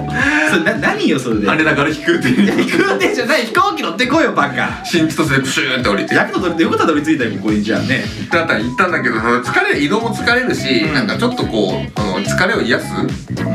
Speaker 2: それな何よそれで
Speaker 4: 羽田から飛空
Speaker 2: いや
Speaker 4: 艇
Speaker 2: 空挺じゃない飛行機乗ってこいよバカ
Speaker 4: 新千歳でプシューンって降りて
Speaker 2: ヤクザ取りよかったら取り付いたよここにじゃあね
Speaker 4: だったら行ったんだけど疲れ移動も疲れるし、なんかちょっとこうあの疲れを癒す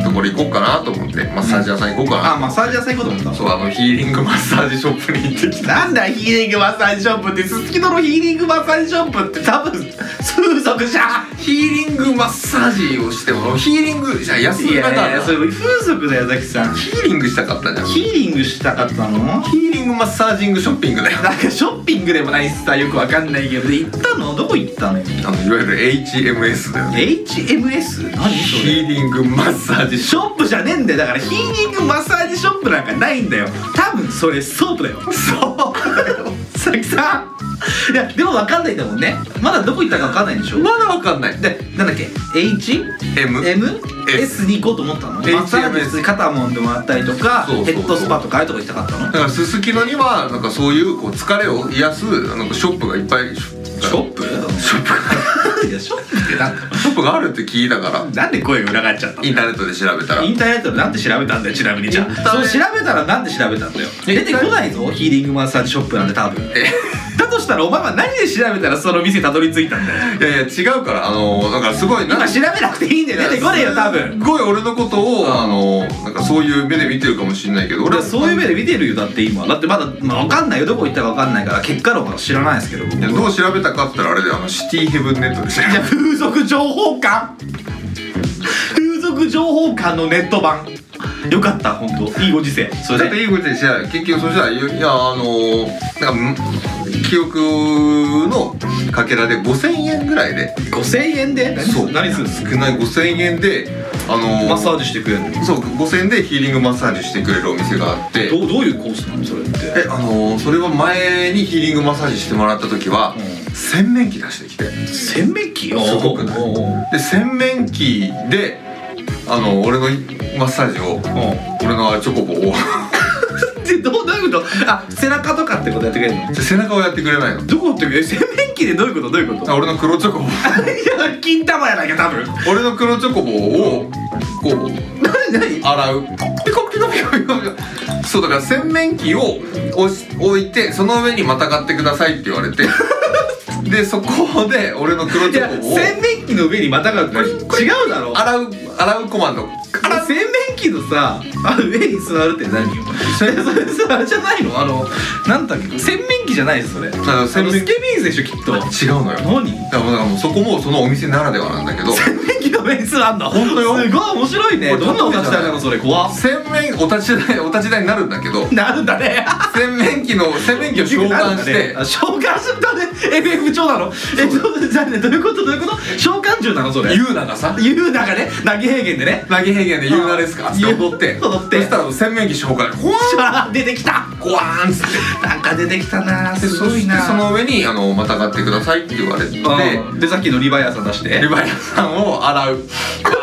Speaker 4: ところ行こうかなと思ってマッサージ屋さん行こうかな、
Speaker 2: あマッサージ屋さん行こうと思った
Speaker 4: そうあのヒーリングマッサージショップに行ってきた
Speaker 2: なんだヒーリングマッサージショップってすすきののヒーリングマッサージショップって多分風俗じゃん
Speaker 4: ヒーリングマッサージをしてもヒーリングじゃあ安
Speaker 2: い
Speaker 4: い方
Speaker 2: やいやい
Speaker 4: だ
Speaker 2: やそれ風俗だよザキさん
Speaker 4: ヒーリングしたかったじゃん
Speaker 2: ヒーリングしたかったの
Speaker 4: ヒーリングマッサージングショッピングだよ
Speaker 2: なんかショッピングでもないしさよくわかんないけどで行ったのどこ行ったのよ
Speaker 4: あのいわゆる HMS だよね
Speaker 2: HMS? 何そ
Speaker 4: ヒ
Speaker 2: れ
Speaker 4: ーリングマッサージ
Speaker 2: ショップじゃねえんだよだからヒーリングマッサージショップなんかないんだよ多分それソープだよそうだよ佐々木さんいやでも分かんないんだもんねまだどこ行ったか分かんないんでしょ
Speaker 4: まだわかんない
Speaker 2: でなんだっけ H?
Speaker 4: M
Speaker 2: M?
Speaker 4: S
Speaker 2: S に行こうと思ったのマ
Speaker 4: HMS
Speaker 2: ッサージ普通に肩揉んでもらったりとか
Speaker 4: そうそう
Speaker 2: ヘッドスパとかああいうとこ行きたかったの
Speaker 4: だからすすきのにはなんかそういうこう疲れを癒すなんかショップがいっぱいシ
Speaker 2: ショップ
Speaker 4: ショップが
Speaker 2: いやショップ ってなんか
Speaker 4: ショップがあるって聞いたから
Speaker 2: なんで声裏返っちゃったの
Speaker 4: インターネットで調べたら
Speaker 2: インターネットでなんて調べたんだよちなみにじゃ
Speaker 4: インタ
Speaker 2: あ
Speaker 4: ー
Speaker 2: そ
Speaker 4: ネ
Speaker 2: う調べたらなんて調べたんだよ出てこないぞヒーリングマッサージショップなんて多分
Speaker 4: え
Speaker 2: だとしたらお前は何で調べたらその店たどり着いたんだよ
Speaker 4: いやいや違うからあのー、なんかすごいな
Speaker 2: 今
Speaker 4: んか
Speaker 2: 調べなくていいんだよ出てこねえよ多分
Speaker 4: すごい俺のことをあのー、なんかそういう目で見てるかもしれないけど
Speaker 2: 俺
Speaker 4: 俺は
Speaker 2: はそういう目で見てるよだって今だってまだ、まあ、分かんないよどこ行ったか分かんないから結果論は知らないですけど僕
Speaker 4: いやどう調べたかって言ったらあれであのシティヘブンネットで調べ
Speaker 2: じ
Speaker 4: た
Speaker 2: ゃあ風俗情報館風俗情報館のネット版よかった本当いいご時世そ
Speaker 4: だ
Speaker 2: れ
Speaker 4: って
Speaker 2: で
Speaker 4: いいことでしない結局そしたらいやあのー、なんかん記憶のかけらで5000円ぐらいで
Speaker 2: 5000円で何する
Speaker 4: 少ない5000円であのー、
Speaker 2: マッサージしてくれるの
Speaker 4: そう5000円でヒーリングマッサージしてくれるお店があって
Speaker 2: どうどういうコースなのそれって
Speaker 4: えあのー、それは前にヒーリングマッサージしてもらった時は、
Speaker 2: う
Speaker 4: 洗面器出してきて
Speaker 2: 洗面器
Speaker 4: すごくない
Speaker 2: おうおうおう
Speaker 4: で洗面器であの俺のマッサージを俺のチョコボを
Speaker 2: でどうどういうことあ背中とかってことやってくれるの
Speaker 4: 背中をやってくれないの
Speaker 2: どこってえ洗面器でどういうことどう いうこと
Speaker 4: あ俺の黒チョコボ
Speaker 2: いや金玉やなきゃ多分
Speaker 4: 俺の黒チョコボをこう
Speaker 2: 何何
Speaker 4: 洗うピコピコピコピコピコそうだから洗面器を押し置いてその上にまたがってくださいって言われてでそこで俺の黒
Speaker 2: い
Speaker 4: チ
Speaker 2: や
Speaker 4: ョコボを
Speaker 2: 洗面器の上にまたがるこれ違うだろ
Speaker 4: 洗う洗うコマンド
Speaker 2: あ洗面器のさあの上に座るって何よそれそれさあれじゃないのあのなんだっけ洗面器じゃないですそれあ
Speaker 4: あの洗
Speaker 2: の
Speaker 4: 面
Speaker 2: ス
Speaker 4: 器
Speaker 2: ケビーンでしょきっと
Speaker 4: 違うのよだか
Speaker 2: 何
Speaker 4: らもうだからもうそこもそのお店ならではなんだけど
Speaker 2: 洗面器の上に座るんだ
Speaker 4: 本当よ
Speaker 2: すごい面白いね
Speaker 4: これ
Speaker 2: どんなお立ち台なのそれ怖っ
Speaker 4: 洗面お立ち台お立ち台になるんだけど
Speaker 2: なるんだね
Speaker 4: 洗面器の洗面器を召喚して
Speaker 2: あ召喚するため FF 長なのえどうじゃあねどういうことどういうこと召喚獣なのそれ
Speaker 4: ユーナがさ
Speaker 2: 言う中ね投げ平原で ね
Speaker 4: 投げ平原でユーナですかって踊って
Speaker 2: 踊って
Speaker 4: そしたら洗面器召喚ほわ
Speaker 2: シャー出てきた
Speaker 4: ーごわーんっつって
Speaker 2: なんか出てきたな
Speaker 4: ですそ
Speaker 2: ごい
Speaker 4: して
Speaker 2: な
Speaker 4: その上にあのまたがってくださいって言われて
Speaker 2: うんでさっきのリバイアさん出して
Speaker 4: レバヤさんを 洗う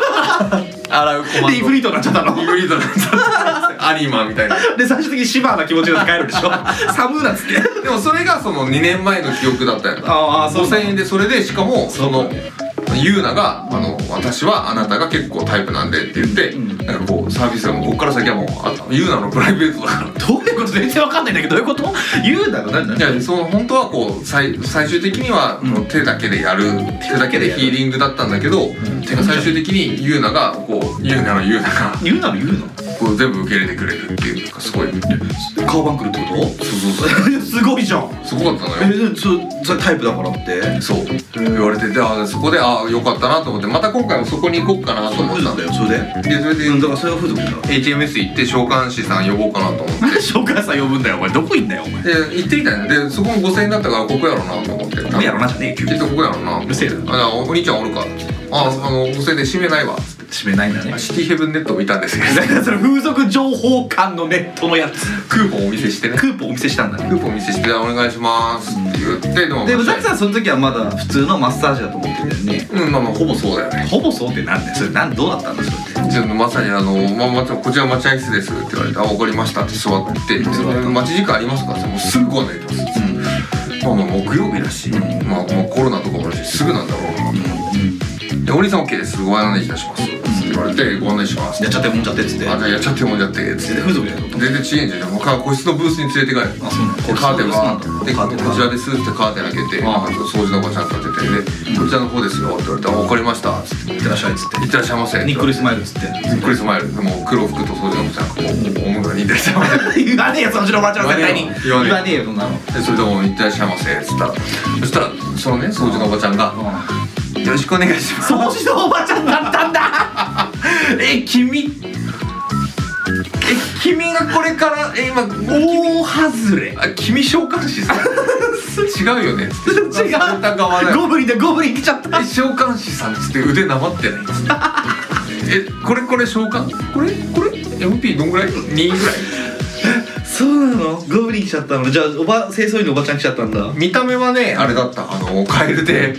Speaker 4: 洗うコマンド
Speaker 2: でイフリートになっちゃったの
Speaker 4: イフリートなんだってアニーマンみたいな
Speaker 2: で最終的にシバーな気持ちで帰るでしょ寒うなっつって
Speaker 4: でもそれがその2年前の記憶だったよ
Speaker 2: ああそう
Speaker 4: 5000円でそれでしかもそのユーナがあの「私はあなたが結構タイプなんで」って言って、
Speaker 2: うん
Speaker 4: なんかこうサービスがもうここから先はもうあとユーナのプライベートだから。
Speaker 2: どういうこと全然わかんないんだけどどういうこと言うなの何
Speaker 4: いやその本当はこう最最終的には
Speaker 2: うん
Speaker 4: もう手だけでやる、手だけでヒーリングだったんだけど、手が最終的にユーナがこうユーナのユーナが
Speaker 2: 言うなの言うの
Speaker 4: こう全部受け入れてくれるっていうなんかすごい
Speaker 2: カーバンクルってこ
Speaker 4: そうそうそ
Speaker 2: と すごいじゃん
Speaker 4: うすごかったの
Speaker 2: え
Speaker 4: よ
Speaker 2: でそそれタイプだからって
Speaker 4: そう言われてであそこでああよかったなと思ってまた今回もそこに行こうかなと思っ
Speaker 2: 風
Speaker 4: たん
Speaker 2: 俗
Speaker 4: だ
Speaker 2: だ
Speaker 4: よ
Speaker 2: よそれで
Speaker 4: でそれで
Speaker 2: うんだからそれは風俗 だよ
Speaker 4: HMS 行って召喚師さん呼ぼうかなと思って
Speaker 2: なんで紹介さん呼ぶんだよお前どこいんだよお前
Speaker 4: で行ってみたんでそこも5000円だったからここやろうなと思って
Speaker 2: 何やろなじゃねえ急
Speaker 4: きっ
Speaker 2: に
Speaker 4: とここやろうな
Speaker 2: うるせえな
Speaker 4: あお兄ちゃんおるかああの5000円で閉めないわ
Speaker 2: 閉めないんだね
Speaker 4: シティヘブンネットを見たんですけど
Speaker 2: だからその風俗情報館のネットのやつ
Speaker 4: クーポンお見せしてね
Speaker 2: クーポンお見せしたんだね
Speaker 4: クーポンお見せしてお願いしますって言ってでも
Speaker 2: でもザキ
Speaker 4: さ
Speaker 2: さんその時はまだ普通のマッサージだと思ってたよね
Speaker 4: うんまあまあほぼそうだよね
Speaker 2: ほぼそうってなんだよそれなんどうだったんだそれって
Speaker 4: じゃあまさにあの、ままこちら待合室ですって言われて、あ、わかりましたって座って、で待ち時間ありますかって、もうすぐ来ないと。まあまあ木曜日だし、まあまあコロナとかもあるし、すぐなんだろうな。で、お兄さん OK です、ご案内いたします。って言われて、ご案内します。
Speaker 2: やっちゃってもんじゃってっつって
Speaker 4: あ、じゃあやっちゃってもんじゃって、つ
Speaker 2: 全
Speaker 4: って
Speaker 2: 然。風俗じゃないと
Speaker 4: 全然違えんじゃん。もうか個室のブースに連れて帰る。
Speaker 2: あそうなんだ
Speaker 4: でカーテンは
Speaker 2: そうなんだ
Speaker 4: で
Speaker 2: カーテンは
Speaker 4: こちらですってカーテン開けて、
Speaker 2: あ
Speaker 4: なんか掃除の場ちゃんと立てて、で、こちらの方ですよって言われて、あ、わかりました。つって。
Speaker 2: いってらっしゃいっつっ
Speaker 4: いってらっしゃいませ。
Speaker 2: てニックルスマイルっつって
Speaker 4: びっくりスマイルもう黒服と掃除のおじゃんもうおむがにいってらっしゃいませ
Speaker 2: 言わねえよそのうちのおばあちゃんは絶対に
Speaker 4: 言わねえ
Speaker 2: え
Speaker 4: よ
Speaker 2: よそんなの
Speaker 4: でそれでもいってらっしゃいませっつったらそしたらそのね掃除のおばちゃんが「よろしくお願いします」
Speaker 2: 掃除のおばあちゃんだったんだ
Speaker 4: え君え君がこれからえ今
Speaker 2: 大外れ
Speaker 4: あ君召喚師さん 違うよね」っつって
Speaker 2: 違
Speaker 4: あんた側だ
Speaker 2: う
Speaker 4: よ
Speaker 2: ゴブリンだゴブリン来ちゃった
Speaker 4: え召喚師さんっつって腕なまってないっつってえこれこれ消化これこれ MP どんぐらい ?2 ぐらい
Speaker 2: そうなのゴブリン来ちゃったのじゃあおば清掃員のおばちゃん来ちゃったんだ
Speaker 4: 見た目はねあれだったあのカエルで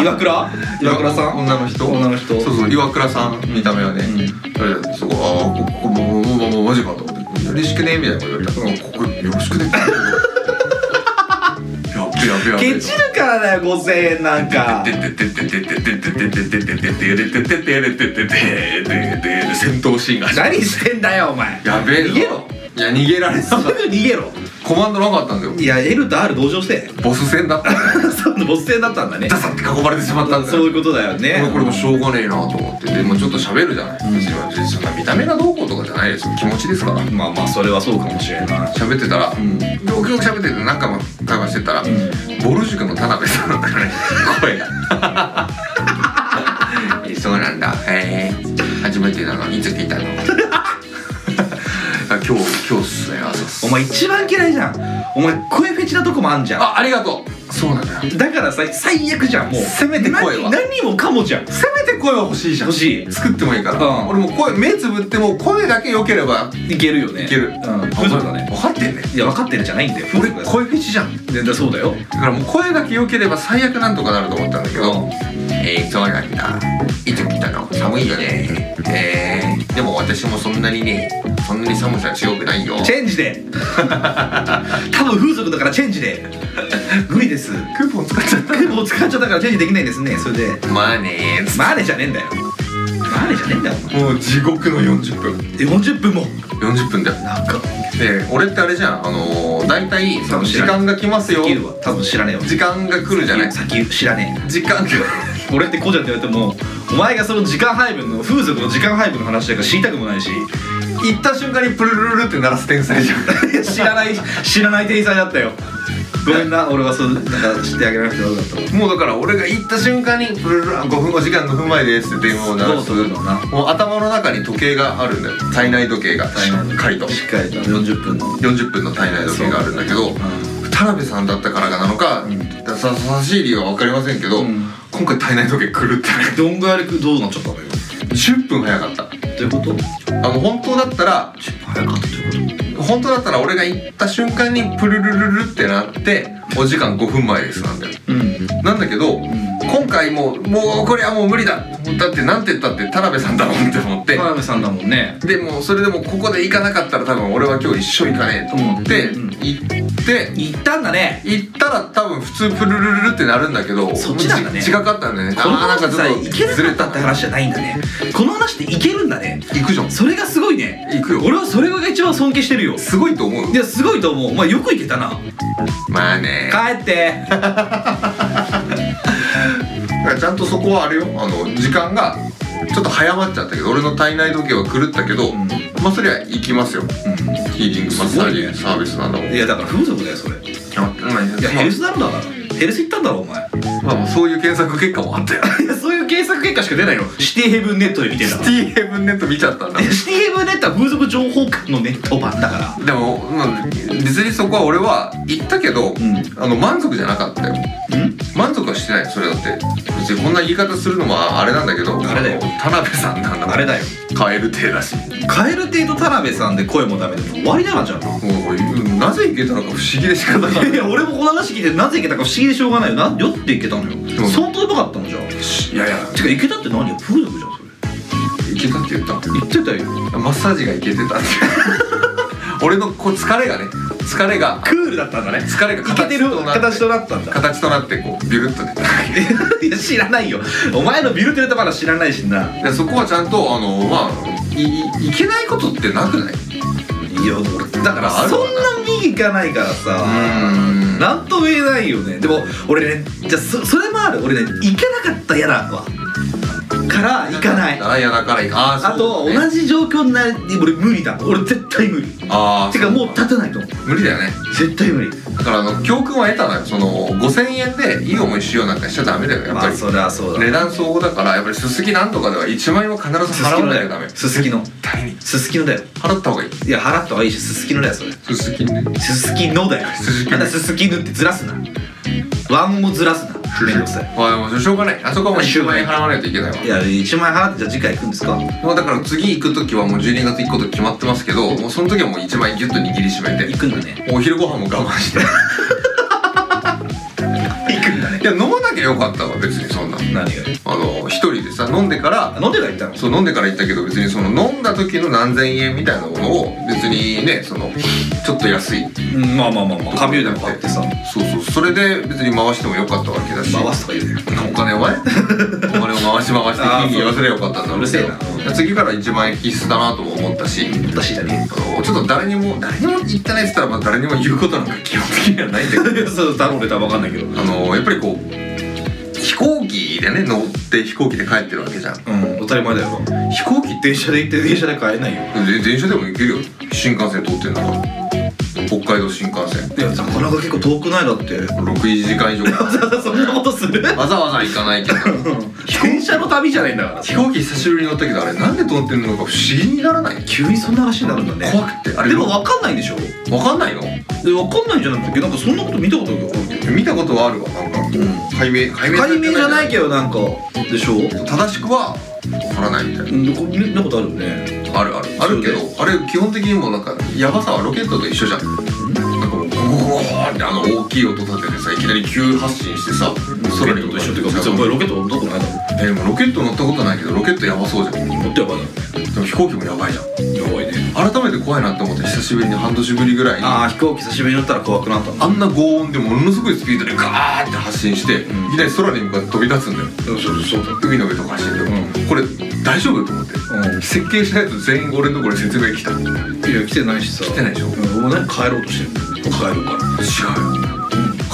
Speaker 2: 岩倉岩倉さん
Speaker 4: 女の人
Speaker 2: 女の人
Speaker 4: そうそう岩倉さん見た目はね、あれそこああここもうもうもうマジかと思って「よろしくね」みたいなこと言われたらうん「ここよろしくね」やっべやべやべ
Speaker 2: ケチるからだよ5000円なんか
Speaker 4: ててててててててててててててててててててて戦闘シーンが
Speaker 2: 何してんだよお前
Speaker 4: やべえ
Speaker 2: 逃げろ
Speaker 4: いや逃げられ
Speaker 2: す
Speaker 4: そう
Speaker 2: ぐ逃げろ
Speaker 4: コマンドなかったんだよ
Speaker 2: いや L と R 同情して
Speaker 4: ボス戦だった
Speaker 2: そうボス戦だったんだね
Speaker 4: ダサって囲まれてしまったんだ
Speaker 2: そういうことだよね
Speaker 4: これこれもしょうがねえなと思ってでもちょっと喋るじゃない、別に別にそんな見た目がどうこうとかじゃないですよ気持ちですから
Speaker 2: まあまあそれはそうかもしれない
Speaker 4: 喋ってたら、
Speaker 2: ん
Speaker 4: よくよく喋っててなんか会話してたら、ボル塾の田辺さんだったね声 がそうなんだへえ初めてなのいつ聞いたの あ今日今日っすね朝っす
Speaker 2: お前一番嫌いじゃんお前声フェチなとこもあんじゃん
Speaker 4: あありがとうそうなんだよ
Speaker 2: だからさ最悪じゃんもう
Speaker 4: せめて声は
Speaker 2: 何何もかもじゃん
Speaker 4: せめて声は欲しいじゃん
Speaker 2: 欲しい
Speaker 4: 作ってもいいから、
Speaker 2: うん
Speaker 4: 俺もう声目つぶってもう声だけ良ければ
Speaker 2: いけるよね
Speaker 4: いける、
Speaker 2: うん風俗だね
Speaker 4: 分かってんね
Speaker 2: いや分かってるじゃないんだよ
Speaker 4: 俺声フェチじゃん
Speaker 2: 全然そうだよ
Speaker 4: だからもう声だけ良ければ最悪なんとかなると思ったんだけど、えー、そうなんだ。いつ来たの寒いよね。えー、でも私もそんなにね、そんなに寒さ強くないよ。
Speaker 2: チェンジで多分風俗だからチェンジで無理です
Speaker 4: クーポン使っちゃっ
Speaker 2: でも使っちゃったからチェンジできないですねそれで
Speaker 4: た。まあねー
Speaker 2: マーネじゃねえんだよマーネじゃねえんだよお前
Speaker 4: もう地獄の40分。
Speaker 2: 40分も
Speaker 4: 40分だよ。
Speaker 2: なんか
Speaker 4: で、俺ってあれじゃん、あのー、大体、その時間が来ますよ。
Speaker 2: いるわ多分知らねえわ
Speaker 4: 時間が来るじゃない。
Speaker 2: 先知らね
Speaker 4: 時間が。
Speaker 2: え俺ってこうじゃんって言われてもお前がその時間配分の風俗の時間配分の話だから知りたくもないし
Speaker 4: 行った瞬間にプルルルルって鳴らす天才じゃ ん。
Speaker 2: 知らない知らない店員さんだったよごめんな俺はそうなんか知ってあげなくてよかった
Speaker 4: もうだから俺が行った瞬間に「プルルルあ5分後時間5分前です」って電話を鳴らす
Speaker 2: そうそうそうな
Speaker 4: もう頭の中に時計があるんだよ体内時計がしっかりと
Speaker 2: しっかりと40分の
Speaker 4: 40分の体内時計があるんだけど田辺さんだったからなのかさささしい理由は分かりませんけど、
Speaker 2: うん
Speaker 4: 今回体内時計狂ってない
Speaker 2: どんぐらいどうなっちゃったのよ
Speaker 4: 10分早かった
Speaker 2: どういうこと
Speaker 4: あの本当だったら
Speaker 2: 早かったってこと
Speaker 4: 本当だったら俺が行った瞬間に「プルルルル」ってなって「お時間5分前です」なんだよ
Speaker 2: うん
Speaker 4: なんだけど、今回もうもうこれはもう無理だだってなんて言ったって田辺さんだもんって思って
Speaker 2: 田辺さんだもんね
Speaker 4: でもうそれでもここで行かなかったら多分俺は今日一生行かねえと思って
Speaker 2: うんうん
Speaker 4: 行って
Speaker 2: 行ったんだね
Speaker 4: 行ったら多分普通プルルルルってなるんだけど
Speaker 2: そっちなんだね
Speaker 4: 違かったんだよね
Speaker 2: この
Speaker 4: あー
Speaker 2: 話さいけなか
Speaker 4: ずれ
Speaker 2: ったって話じゃないんだねこの話っていけるんだね
Speaker 4: 行くじゃん
Speaker 2: それがすごいね
Speaker 4: 行くよ
Speaker 2: 俺はそれが一番尊敬してるよ
Speaker 4: すごいと思う
Speaker 2: いやすごいと思うお前よくいけたな
Speaker 4: まあね
Speaker 2: 帰って
Speaker 4: ちゃんとそこはあれよあの時間がちょっと早まっちゃったけど俺の体内時計は狂ったけど、まあそりゃ行きますよ、ヒーリングマッサージ、
Speaker 2: すごいね
Speaker 4: サービスなんだも ん
Speaker 2: いやだから風俗だよそれい
Speaker 4: あうん
Speaker 2: や
Speaker 4: まあ
Speaker 2: ヘルスだろだからヘルス行ったんだろお前
Speaker 4: まあ、もうそういう検索結果もあ ったよ
Speaker 2: いやそういう検索結果しか出ないよシティヘブンネットで見てた
Speaker 4: シティヘブンネット見ちゃったんだ
Speaker 2: いやシティヘブンネットは風俗情報館のネット版だから
Speaker 4: でも、まあ、別にそこは俺は行ったけど、
Speaker 2: ん
Speaker 4: あの満足じゃなかったよ満足はしてないそれだって別にこんな言い方するのもあれなんだけど
Speaker 2: あれだよ
Speaker 4: 田辺さんなんだもん
Speaker 2: あれだよ
Speaker 4: カエル亭だし
Speaker 2: カエル亭と田辺さんで声もダメでもう終わりだなじゃん
Speaker 4: もうなぜ行けたのか不思議で仕方ない
Speaker 2: いや俺もこの話聞いてなぜいけたか不思議でしょうがないよな酔っていけたのよ、
Speaker 4: ん
Speaker 2: 相当やばかったのじゃん
Speaker 4: いやいや
Speaker 2: てかいけたって何よ風俗じゃんそれ
Speaker 4: 行けたって言った
Speaker 2: 言ってたよ
Speaker 4: マッサージが行けてたって 俺のこう疲れがね疲れが
Speaker 2: クールだったんだね
Speaker 4: 疲れが
Speaker 2: いけて
Speaker 4: 形
Speaker 2: る
Speaker 4: となって
Speaker 2: 形となったんだ
Speaker 4: 形となってこうビュルッとね
Speaker 2: いや知らないよお前のビルテレタまだ知らないしない
Speaker 4: でそこはちゃんとあのまあいいいけないことってなくない
Speaker 2: や俺だから
Speaker 4: ある
Speaker 2: そ
Speaker 4: か
Speaker 2: ん
Speaker 4: な
Speaker 2: なにいかないからさ
Speaker 4: うん
Speaker 2: なんとも言えないよねでも俺ねじゃあそそれもある俺ね行けなかったら嫌だわから行かない
Speaker 4: だから嫌だから行かあー
Speaker 2: あ
Speaker 4: そ
Speaker 2: と
Speaker 4: うだね
Speaker 2: 同じ状況になる俺無理だ俺絶対無理
Speaker 4: あー
Speaker 2: てかもう立てないと思う
Speaker 4: 無理だよね
Speaker 2: 絶対無理
Speaker 4: だからあの教訓は得たのよその5000円でいい思いしようなんかしちゃダメだよやっ
Speaker 2: ま
Speaker 4: ぱ
Speaker 2: あ
Speaker 4: り、
Speaker 2: そりゃそうだ
Speaker 4: 値段相応だからやっぱりすすきなんとかでは1万円は必ず
Speaker 2: すす
Speaker 4: 払
Speaker 2: き
Speaker 4: わ
Speaker 2: の
Speaker 4: な
Speaker 2: だ
Speaker 4: きゃダメ
Speaker 2: よすすきの
Speaker 4: 絶対に
Speaker 2: すすきのだよ
Speaker 4: 払った方がいい
Speaker 2: いや払った方がいいしすすきのだよそれ
Speaker 4: すすきね
Speaker 2: すすきのだよ
Speaker 4: すすきの
Speaker 2: まだすすきぬってずらすなワンをずらすな
Speaker 4: 収
Speaker 2: めん
Speaker 4: 集
Speaker 2: どくさい
Speaker 4: まあでもそれしょうがないあそこはもう
Speaker 2: しょ
Speaker 4: 10
Speaker 2: うが
Speaker 4: 万
Speaker 2: ない
Speaker 4: 円払わないといけないわ
Speaker 2: いや1万円払ってじゃあ次回行くんですか
Speaker 4: もうだから次行く時はもう12月行くこと決まってますけどもうその時はもう1万円ギュッと握りしめて
Speaker 2: 行くんだね
Speaker 4: お昼ご飯も我慢して
Speaker 2: 行くんだね
Speaker 4: いや飲まなきゃよかったわ別にそんな
Speaker 2: 何が
Speaker 4: あの一人でさ飲んでから
Speaker 2: 飲んでから行ったの
Speaker 4: そう飲んでから行ったけど別にその飲んだ時の何千円みたいなものを別にねそのちょっと安い
Speaker 2: うんまあまあまあまあ紙でも買ってさ
Speaker 4: そうそうそれで別に回してもよかったわけだし
Speaker 2: 回すとか言うね
Speaker 4: お金をねお金を回し回して
Speaker 2: あー
Speaker 4: 金に言わせればよかったんだ
Speaker 2: う
Speaker 4: ろけど
Speaker 2: るせえ
Speaker 4: 次から一万円必須だなとも思ったし
Speaker 2: 私だね
Speaker 4: あのちょっと誰にも誰にも言ってないっつったらまあ誰にも言うことなんか基本的にはないんだけ ど
Speaker 2: そう頼んでたら分かんないけど
Speaker 4: あのやっぱりこう飛行機でね乗って飛行機で帰ってるわけじゃん
Speaker 2: うん当たり前だよ飛行機電車で行って電車で帰れないよ
Speaker 4: で電車でも行けるよ新幹線通ってんだから北海道新幹線
Speaker 2: いやなかなか結構遠くないだって
Speaker 4: 61時間以上
Speaker 2: そんなことする
Speaker 4: わざわざ行かないけど
Speaker 2: 電車の旅じゃないんだから
Speaker 4: 飛行機久しぶりに乗ったけどあれなんで通ってんのか不思議にならない
Speaker 2: 急にそんな話になるんだね
Speaker 4: 怖くてあれ
Speaker 2: でも分かんないんでしょで
Speaker 4: わかんないの
Speaker 2: 分かんないんじゃなくてなんかそんなこと見たことあるけど
Speaker 4: 見たことはあるわなんか解明解明
Speaker 2: 解明じゃない
Speaker 4: ど
Speaker 2: けどなんかでしょ
Speaker 4: 正しくはわからないみたいな
Speaker 2: うんこ見たことあるよね
Speaker 4: あるあるあるけどあれ基本的にもうなんかやばさはロケットと一緒じゃんなんかもうゴゴーってあの大きい音立ててさいきなり急発進してさ
Speaker 2: ロケットと一緒っていうか別にお前ロケット乗ったことないだろ
Speaker 4: えでもロケット乗ったことないけどロケットやばそうじゃんで
Speaker 2: 乗ってやばいだ
Speaker 4: も飛行機もやばいじゃん
Speaker 2: ろやばいね
Speaker 4: 改めて怖いなって思って久しぶりに半年ぶりぐらいにあ
Speaker 2: ああ飛行機久しぶりに乗ったら怖くなったんだ
Speaker 4: んな轟音でものすごいスピードでガーって発進していきなり空に向かって飛び立つんだよ
Speaker 2: そうそうそうだ
Speaker 4: 海の上とか走ってる、これ大丈夫と思って
Speaker 2: うん
Speaker 4: 設計したやつ全員俺のところに説明来た違うよ
Speaker 2: いや来てないしさ来
Speaker 4: てないでしょ
Speaker 2: うん俺なんか帰ろうとしてる帰ろうから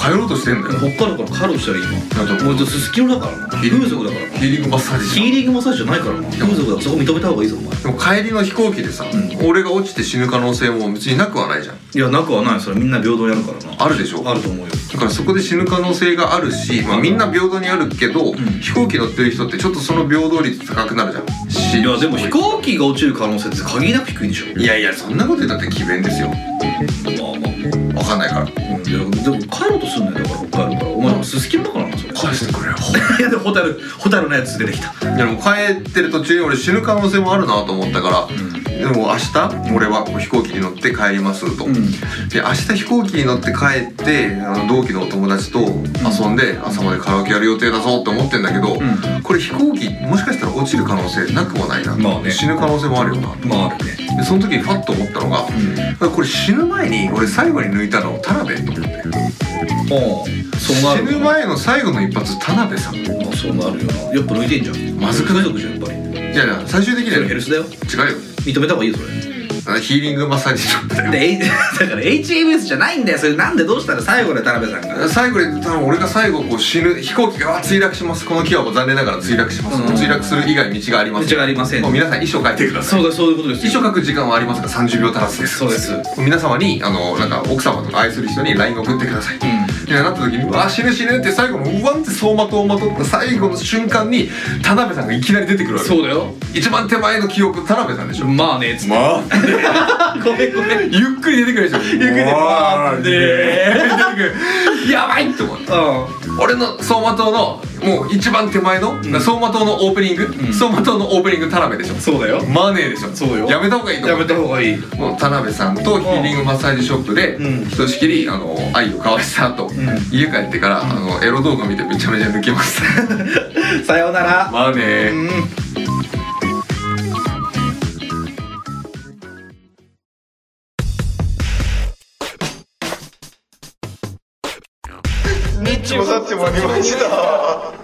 Speaker 4: 帰ろうとしてんだよ
Speaker 2: 北海道から帰ろうとしたら
Speaker 4: なんか
Speaker 2: 今もうすすきのだからな
Speaker 4: ヒーリング
Speaker 2: 風俗だからな
Speaker 4: ヒーリングマッサージ
Speaker 2: ヒーリングマッサージじゃないからな風俗だからそこ認めた方がいいぞお前
Speaker 4: でも帰りの飛行機でさ、俺が落ちて死ぬ可能性も別になくはないじゃん
Speaker 2: いやなくはないそれみんな平等にあるからな
Speaker 4: あるでしょ
Speaker 2: あると思うよ
Speaker 4: だからそこで死ぬ可能性があるし、まあ、みんな平等にあるけど、飛行機乗ってる人ってちょっとその平等率高くなるじゃん死
Speaker 2: いやでも飛行機が落ちる可能性って限りなく低いんでしょ
Speaker 4: いやいやそんなこと言ったって詭弁ですよ
Speaker 2: まあまあ
Speaker 4: わかんないから
Speaker 2: うんいやでも帰ろうとすんねんだから北海道からお前すすきのだからなそれ
Speaker 4: 返してくれ よ
Speaker 2: いやでもホタルホタルのやつ出てきた
Speaker 4: いやでも帰ってる途中に俺死ぬ可能性もあるなと思ったから、でも明日俺は飛行機に乗って帰りますと、で明日飛行機に乗って帰ってあの同期のお友達と遊んで朝までカラオケやる予定だぞって思ってんだけど、これ飛行機もしかしたら落ちる可能性なくもないな、
Speaker 2: まあね
Speaker 4: 死ぬ可能性もあるよな
Speaker 2: まああるね
Speaker 4: でその時にファッと思ったのが、これ死ぬ前に俺最後に抜いたの田辺と思って
Speaker 2: おうそうな
Speaker 4: 死
Speaker 2: る
Speaker 4: ぬ前の最後の一発田辺さん
Speaker 2: まあそうなるよなやっぱ抜いてんじゃん
Speaker 4: まずく
Speaker 2: 風俗じゃんやっぱり
Speaker 4: いやいや最終的に
Speaker 2: そ
Speaker 4: は
Speaker 2: れヘルスだよ
Speaker 4: 違うよ
Speaker 2: 認めた方がいいよそれ
Speaker 4: あのヒーリングマッサージなんだよ
Speaker 2: で だから HMS じゃないんだよそれなんでどうしたら最後で田辺さんが
Speaker 4: 最後に多分俺が最後こう死ぬ飛行機があ墜落しますこの木はもう残念ながら墜落します、
Speaker 2: うん
Speaker 4: 墜落する以外道がありません
Speaker 2: 道がありません
Speaker 4: もう皆さん遺書書いてください
Speaker 2: そうだそういうことです
Speaker 4: 遺書書く時間はありますが30秒足らずです
Speaker 2: そうです
Speaker 4: 皆様にあのなんか奥様とか愛する人に LINE 送ってください、
Speaker 2: ん
Speaker 4: いやなった時に「うわ死ぬ死ぬ」って最後のうわんって走馬灯をまとった最後の瞬間に田辺さんがいきなり出てくるわけ
Speaker 2: そうだよ
Speaker 4: 一番手前の記憶田辺さんでしょ
Speaker 2: まあねつって
Speaker 4: まあ
Speaker 2: ごめんごめん
Speaker 4: ゆっくり出てくるでしょゆっくり出てくる
Speaker 2: まあね
Speaker 4: やばいって思う
Speaker 2: う
Speaker 4: 俺の走馬灯のもう一番手前の、走馬灯のオープニング、走馬灯のオープニング田辺でしょ
Speaker 2: んそうだよ
Speaker 4: マネーでしょ
Speaker 2: そうよ
Speaker 4: やめた方がいいと
Speaker 2: やめ
Speaker 4: 思って
Speaker 2: た方がいい
Speaker 4: もう田辺さんとヒーリングマッサージショップで、
Speaker 2: うん
Speaker 4: ひとしきりあの愛を交わした後、家帰ってから、あのエロ動画見てめちゃめちゃ抜けまし た
Speaker 2: さようなら
Speaker 4: マネー、
Speaker 5: ミッチもサッチもありました。